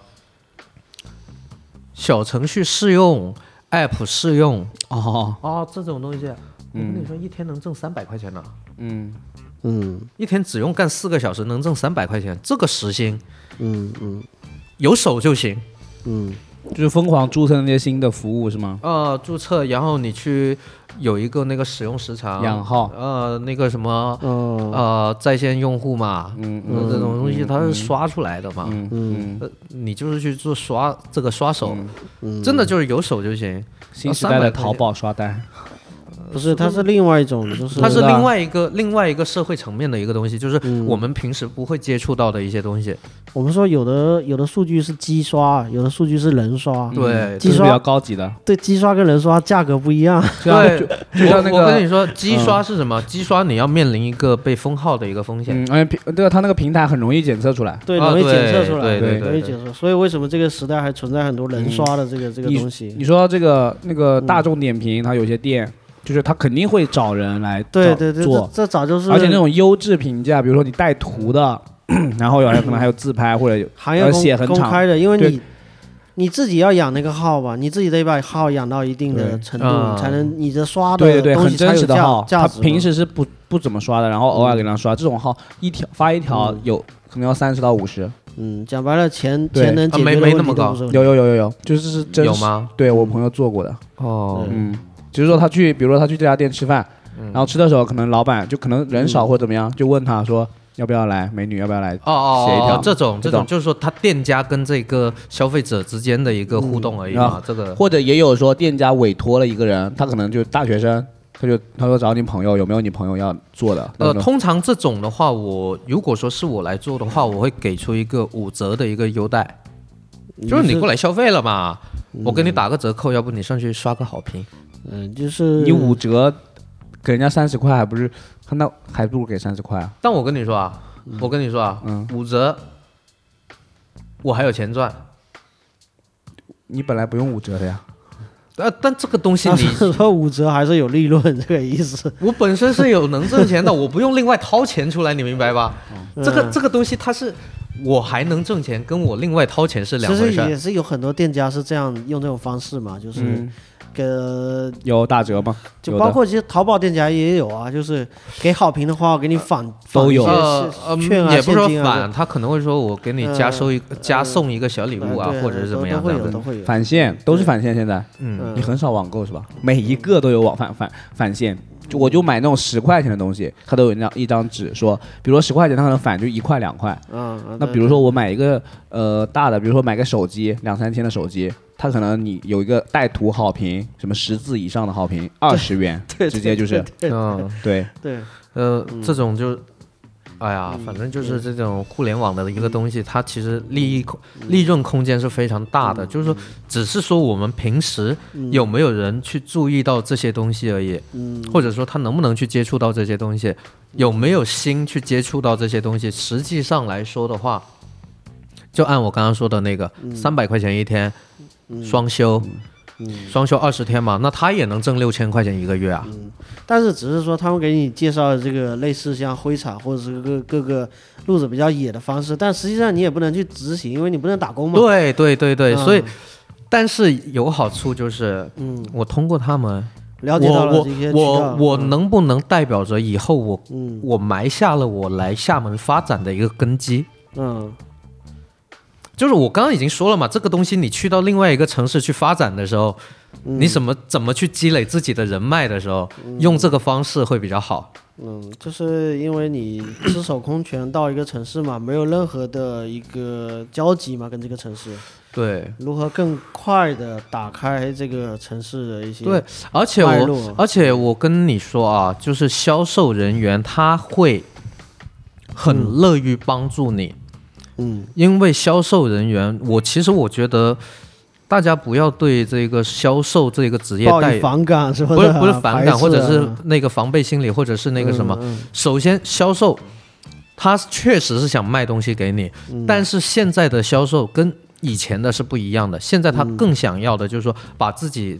小程序试用、app 试用嗯哦，哦，这种东西，我跟你说，一天能挣三百块钱呢，嗯，嗯一天只用干四个小时能挣三百块钱，这个时薪嗯嗯有手就行。嗯就是疯狂注册那些新的服务是吗？呃，注册，然后你去有一个那个使用时长，养号呃，那个什么。嗯哦呃，在线用户嘛，嗯，这种东西它是刷出来的嘛，嗯呃，你就是去做刷这个刷手，嗯真的就是有手就行。新时代300块的钱呃淘宝刷单，不是，它是另外一种，就是它是的嗯另外一个另外一个社会层面的一个东西，就是我们平时不会接触到的一些东西。我们说有的有的数据是机刷，有的数据是人刷，对嗯这技是术比较高级的。对，机刷跟人刷价格不一样。就像对啊就就像那我我跟你个，嗯说，机刷是什么？机刷你要面临一个被封号的一个风险。嗯，而且平对啊，他那个平台很容易检测出来。对，啊容易对检测出来，对对容对易对检测。所以为什么这个时代还存在很多人刷的这个、这个东西？嗯你说到这个那个大众点评，它有些店就是它肯定会找人来对找对对，这做，这早就是而且那种优质评价，比如说你带图的， 然后有人可能还有自拍或者有行业要呃写公很公长开的，因为对你你自己要养那个号吧，你自己得把号养到一定的对程度，啊才能你的刷对对的对，东很西才真有实的价号，价他值嘛。平时是不不怎么刷的，然后偶尔给他刷，这种号一条发一条嗯有可能要三十到五十，嗯，讲白了，钱对钱能解啊没决的没问那题么都高不是问题有有有有有，就是是真实有？吗？对我朋友做过的，哦，嗯，就是说他去，比如说他去这家店吃饭，然后吃的时候可能老板就可能人少或者怎么样，就问他说要不要来美女，要不要来哦哦写一条哦，这种这这种种就是说，他店家跟这个消费者之间的一个互动而已嗯嘛啊。这个或者也有说店家委托了一个人，他可能就是大学生，他就他说找你朋友有没有你朋友要做的，呃，那种通常这种的话，我如果说是我来做的话，我会给出一个五折的一个优待，就是你过来消费了嘛，我给你打个折扣，要不你上去刷个好评。嗯，就是你五 折给人家三十块，还不是他那还不如给三十块啊？但我跟你说啊，我跟你说啊，五折，我还有钱赚。你本来不用五折的呀。呃，但这个东西他你，是说五折还是有利润这个意思？ 我本身是有能挣钱的，我不用另外掏钱出来，你明白吧？这个这个东西它是我还能挣钱，跟我另外掏钱是两其回实事儿也。是有很多店家是这样用这种方式嘛，嗯就是给、有打折吗？就有的包括其实淘宝店家也有啊，就是给好评的话，我给你返都有呃呃返一些券啊、也不是说现金啊返，他可能会说我给你加收一个加送一个小礼这物啊，呃对或者是怎么样都这都样会有，子都。会有。嗯返现都是返现，现在嗯你很少网购是吧？每一个都有网返返返现，就我就买那种十块钱的东西，它都有那张一张纸说，比如说十块钱，它可能返就一块两块。嗯，嗯那比如说我买一个呃大的，比如说买个手机两三千的手机，它可能你有一个带图好评，什么十字以上的好评，二十元， 对直接就是对嗯，对对，呃，这种就，哎呀，反正就是这种互联网的一个东西，它其实利益空利润空间是非常大的，就是说，只是说我们平时有没有人去注意到这些东西而已，或者说他能不能去接触到这些东西，有没有心去接触到这些东西，实际上来说的话。就按我刚刚说的那个，三百块钱一天，双休，双休二十天嘛，那他也能挣六千块钱一个月啊。但是只是说他们给你介绍的这个类似像灰产或者是各各个路子比较野的方式，但实际上你也不能去执行，因为你不能打工嘛。对对对对，嗯所以，但是有好处就是，嗯，我通过他们，了解到了我这些渠我道我我嗯能不能代表着以后我、嗯我埋下了我来厦门发展的一个根基？嗯就是我刚刚已经说了嘛，这个东西你去到另外一个城市去发展的时候，嗯你怎么怎么去积累自己的人脉的时候，用这个方式会比较好。嗯，就是因为你赤手空拳到一个城市嘛，没有任何的一个交集嘛，跟这个城市对如何更快的打开这个城市的一些对，而且脉我络，而且我跟你说啊，就是销售人员他会很乐于帮助你。嗯因为销售人员，我其实我觉得大家不要对这个销售这个职业抱带以反感是吧？不是不是反啊排感，斥或者是啊那个防备心理，或者是那个什么。嗯首先，销售他确实是想卖东西给你，嗯但是现在的销售跟以前的是不一样的，现在嗯他更想要的就是说把自己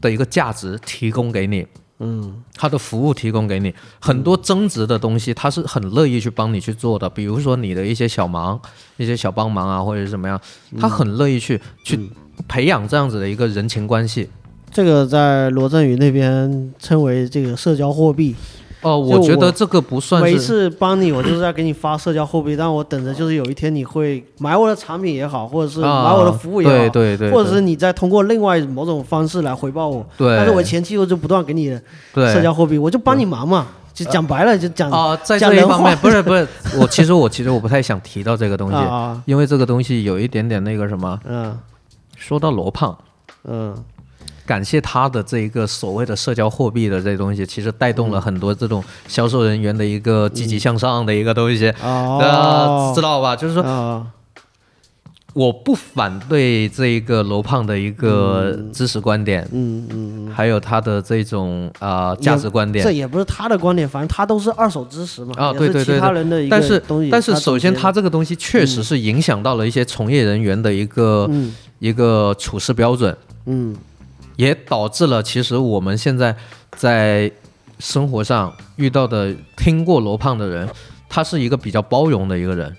的一个价值提供给你。嗯他的服务提供给你很多增值的东西，他是很乐意去帮你去做的，比如说你的一些小忙、一些小帮忙啊，或者是怎么样，嗯他很乐意去去培养这样子的一个人情关系。嗯，这个在罗振宇那边称为这个社交货币，哦，就我觉我得这个不算每一是次帮你，我就是在给你发社交货币，但我等着就是有一天你会买我的产品也好，或者是买啊，我的服务也好，对对对，或者是你再通过另外某种方式来回报我。对但是我前期我就不断给你对社交货币，我就帮你忙嘛，就讲白了就讲啊，在讲这一人方话面不是不是，我其实我其实我不太想提到这个东西，啊啊 因为这个东西有一点点那个什么。嗯说到罗胖，嗯感谢他的这一个所谓的社交货币的这东西，其实带动嗯了很多这种销售人员的一个积极向上的一个东西。呃哦，，知道吧？就是说，啊，我不反对这一个罗胖的一个知识观点，嗯嗯，还有他的这种啊、呃价值观这点。也不是他的观点，反正他都是二手知识嘛，啊，也对是对对其他对人的一但个是东西。但是首先，总结他这个东西确实是影响到了一些从业人员的一个、嗯一个处事标准。嗯也导致了其实我们现在在生活上遇到的听过罗胖的人，他是一个比较包容的一个人，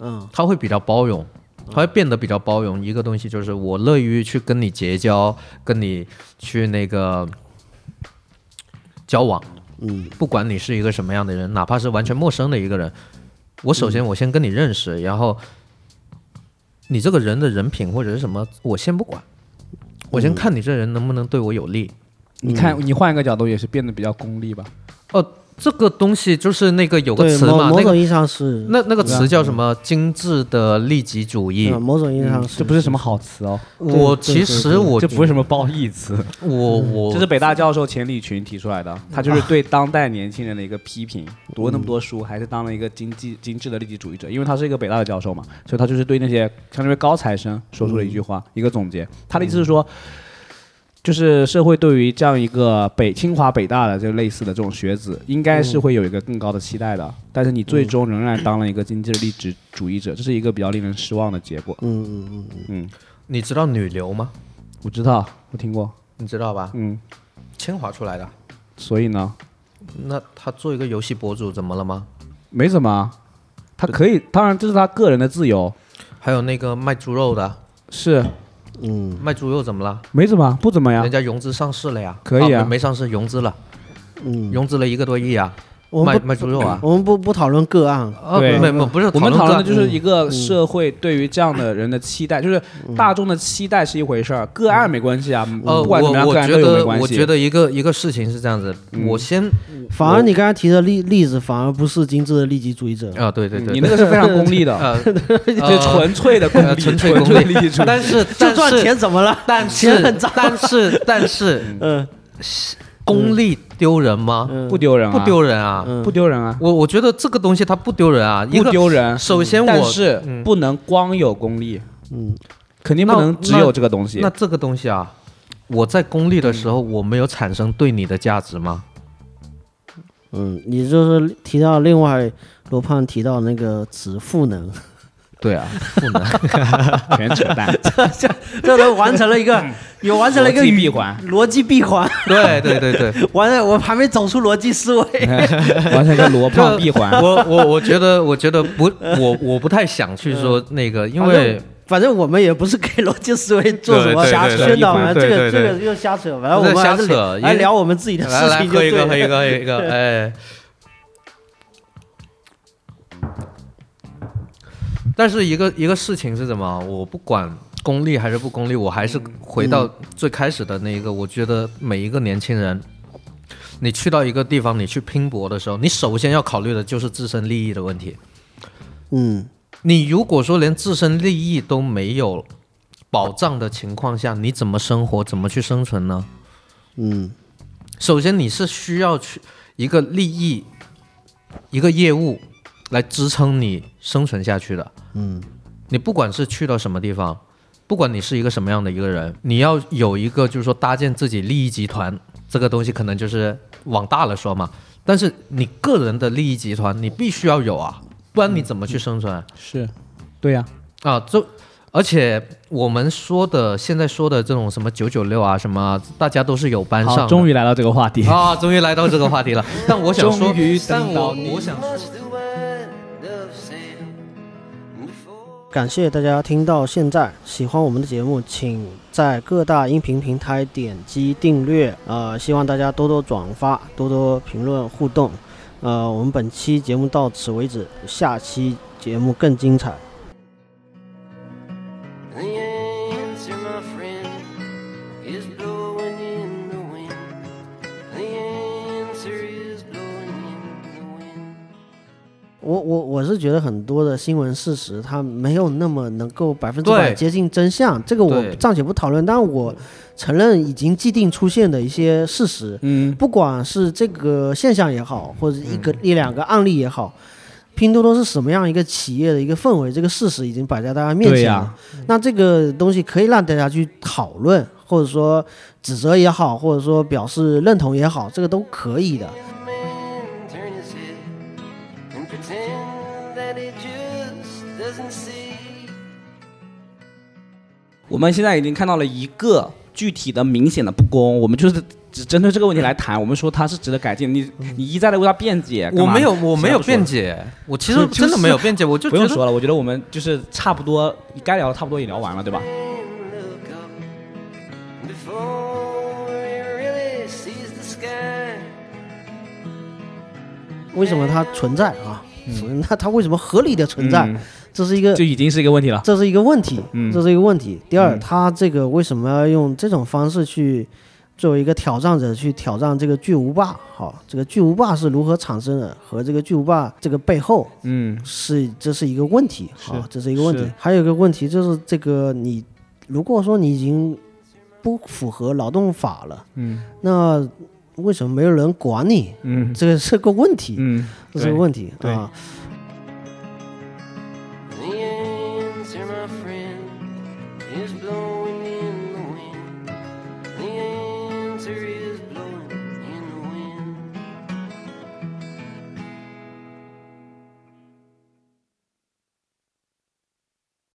嗯他会比较包容，他会变得比较包容。一个东西就是我乐于去跟你结交，跟你去那个交往，嗯不管你是一个什么样的人，哪怕是完全陌生的一个人，我首嗯先我先跟你认识，然后你这个人的人品或者是什么，我先不管，我嗯先看你这人能不能对我有利。你看，你换一个角度也是变得比较功利吧？哦，这个东西就是那个有个对词某嘛，某那种个意义上是，那那个词叫什么？精致的利己主义嗯。某种意义上是，这不是什么好词哦，对我对其对实对嗯我这不是什么褒义词，我我这是北大教授钱理群提出来的，他就是对当代年轻人的一个批评。读了那么多书，还是当了一个经济精致的利己主义者，因为他是一个北大的教授嘛，所以他就是对那些相当于高材生说出了一句话，一个总结。他的意思是说，就是社会对于这样一个北清华、北大的就类似的这种学子，应该是会有一个更高的期待的，但是你最终仍然当了一个经济利己主义者，这是一个比较令人失望的结果。嗯嗯嗯嗯，嗯，你知道女流吗？我知道，我听过，你知道吧？嗯，清华出来的，所以呢，那他做一个游戏博主怎么了吗？没什么啊，他可以，当然这是他个人的自由，还有那个卖猪肉的，是嗯卖猪肉怎么了？没怎么啊，不怎么呀人。家融资上市了呀，可以啊没没上市融资了，嗯，融资了一个多亿啊，我卖们卖猪肉不，啊，我们不不讨论个案了，啊，对没没不是我们讨论论嗯个的就是一个社会对于这样的人的期待，就是大众的期待是一回事儿，个案没关系啊，呃，不管怎我么样，我个案觉都有没得关我系嗯觉。得一个一个事情是这样子，我先反而你刚才提的例例子，反而不是精致的利己主义者，啊，对对嗯对，你那个是非常功利的， 呃，这纯粹的功呃 利，纯粹功利益主义。但 是这但赚是钱怎么了？但钱是很但是但 是，嗯功利丢人吗？嗯，不丢人啊，不丢人啊，嗯不丢人啊，我我觉得这个东西它不丢人啊，一不个丢人。首先但我是嗯不能光有功利，嗯，肯定不那能只那有这个东西。那这个东西啊，我在功利的时嗯候，我没有产生对你的价值吗？嗯，你就是提到另外罗胖提到那个词赋能， 对啊，不能，全扯 淡，这都完成了一个，有完成了一个逻辑语闭环逻辑闭环。对对对 对，完了，我还没走出逻辑思维。完全一个 罗胖闭环。我我我觉得我觉得不，我我不太想去说嗯那个，因为反正我们也不是给逻辑思维做什么对对对瞎扯对宣导啊，对这对对个这个对又瞎扯。反正我们这瞎还是扯聊因为来聊我们自己的来事来情就喝一对个喝一了。个喝一个，哎。但是一个一个事情是什么？我不管功利还是不功利，我还是嗯回到最开始的那一个。我觉得每一个年轻人，你去到一个地方，你去拼搏的时候，你首先要考虑的就是自身利益的问题。嗯你如果说连自身利益都没有保障的情况下，你怎么生活？怎么去生存呢？嗯首先，你是需要去一个利益、一个业务来支撑你生存下去的。嗯你不管是去到什么地方，不管你是一个什么样的一个人，你要有一个就是说搭建自己利益集团，这个东西可能就是往大了说嘛。但是你个人的利益集团，你必须要有啊，不然你怎么去生存？是，对呀、嗯啊，这而且我们说的现在说的这种什么九九六啊，什么大家都是有班上好，的，终于来到这个话题。啊，终于来到这个话题 了。但我想说终于，等但我到你我想说 Must do end of sand before. 感谢大家听到现在，喜欢我们的节目，请在各大音频平台点击订阅。呃，希望大家多多转发，多多评论互动。呃，我们本期节目到此为止，下期节目更精彩。 The answer, my friend, is blowing in the wind. The answer is blowing in the wind. 我我我是觉得很多的新闻事实，它没有那么能够百分之百对接近真相，这个我对暂且不讨论。但我承认已经既定出现的一些事实，嗯，不管是这个现象也好，或者一个、一两个案例也好，拼多多是什么样一个企业的一个氛围，这个事实已经摆在大家面对前呀、了。那这个东西可以让大家去讨论，或者说指责也好，或者说表示认同也好，这个都可以的。 The man turned his head and pretend that he just doesn't see. 我们现在已经看到了一个具体的明显的不公，我们就是只针对这个问题来谈。我们说它是值得改进，你你一再的为它辩解，干我嘛没有我没有其他不说了辩解，我其实真的没有辩解，我就不觉用得说了，我觉得我们就是差不多该聊的差不多也聊完了，对吧？ And look up before he really sees the sky. 为什么它存在啊？那、它为什么合理的存在？嗯这是一个就已经是一个问题了。这是一个问题，嗯这是一个问题。第二，嗯它这个为什么要用这种方式去作为一个挑战者去挑战这个巨无霸，好，这个巨无霸是如何产生的，和这个巨无霸这个背后嗯，是这是一个问题，是好，这是一个问题是。还有一个问题就是这个你，如果说你已经不符合劳动法了，嗯，那为什么没有人管你？嗯这个是个问题，嗯，这是个对问题对啊。